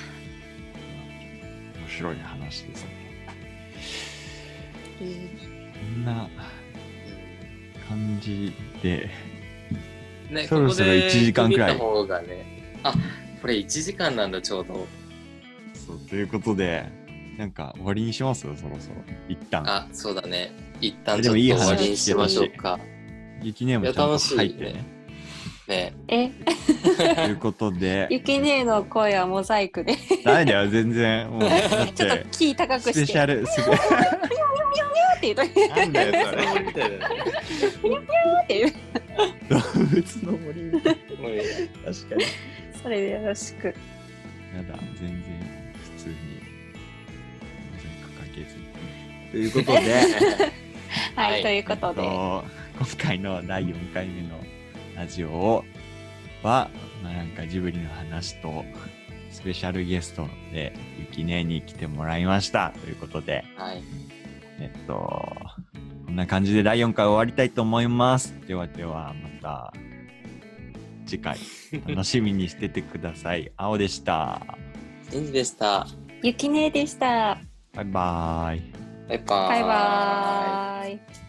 A: 面白い話ですね
C: いい
A: こんな感じで
B: そうね、
A: そろそろ
B: ここで
A: 1時間くらい
B: 区切った方がね、あ、これ1時間なんだ、ちょうど。
A: そうということでなんか終わりにしますそろそろ一旦
B: あ、そうだね。一旦
A: で
B: ちょ
A: も
B: っと
A: いい
B: 終
A: 話
B: わりにしましょうか。
A: 雪ねえもちゃんと入って
B: いや楽しい
A: ね
B: ね。
C: え
A: ということで
C: ゆき姉の声はモザイクでち
A: 誰だよ全然もうだっ
C: ょっと
A: て
C: キー高く
A: スペ
C: し
A: シ
C: て
A: ャルスペ
C: って言うと
A: なんだよそれ
B: みたいなね。
C: っていう
A: 動物の森みたい
B: もういい
A: 確かに
C: それでよろしく
A: やだ全然普通にモザイクかけずということで
C: はい、
B: はい
C: ということで、
A: えっと今回の第4回目のラジオは、まあ、なんかジブリの話とスペシャルゲストでゆきねに来てもらいましたということで
B: はい。
A: えっと、こんな感じで第4回終わりたいと思います。ではでは、また次回、楽しみにしててください。青でした。
B: エンジでした。
C: ゆき姉でした
A: バイバーイ。
B: バイバーイ。
C: バイバーイ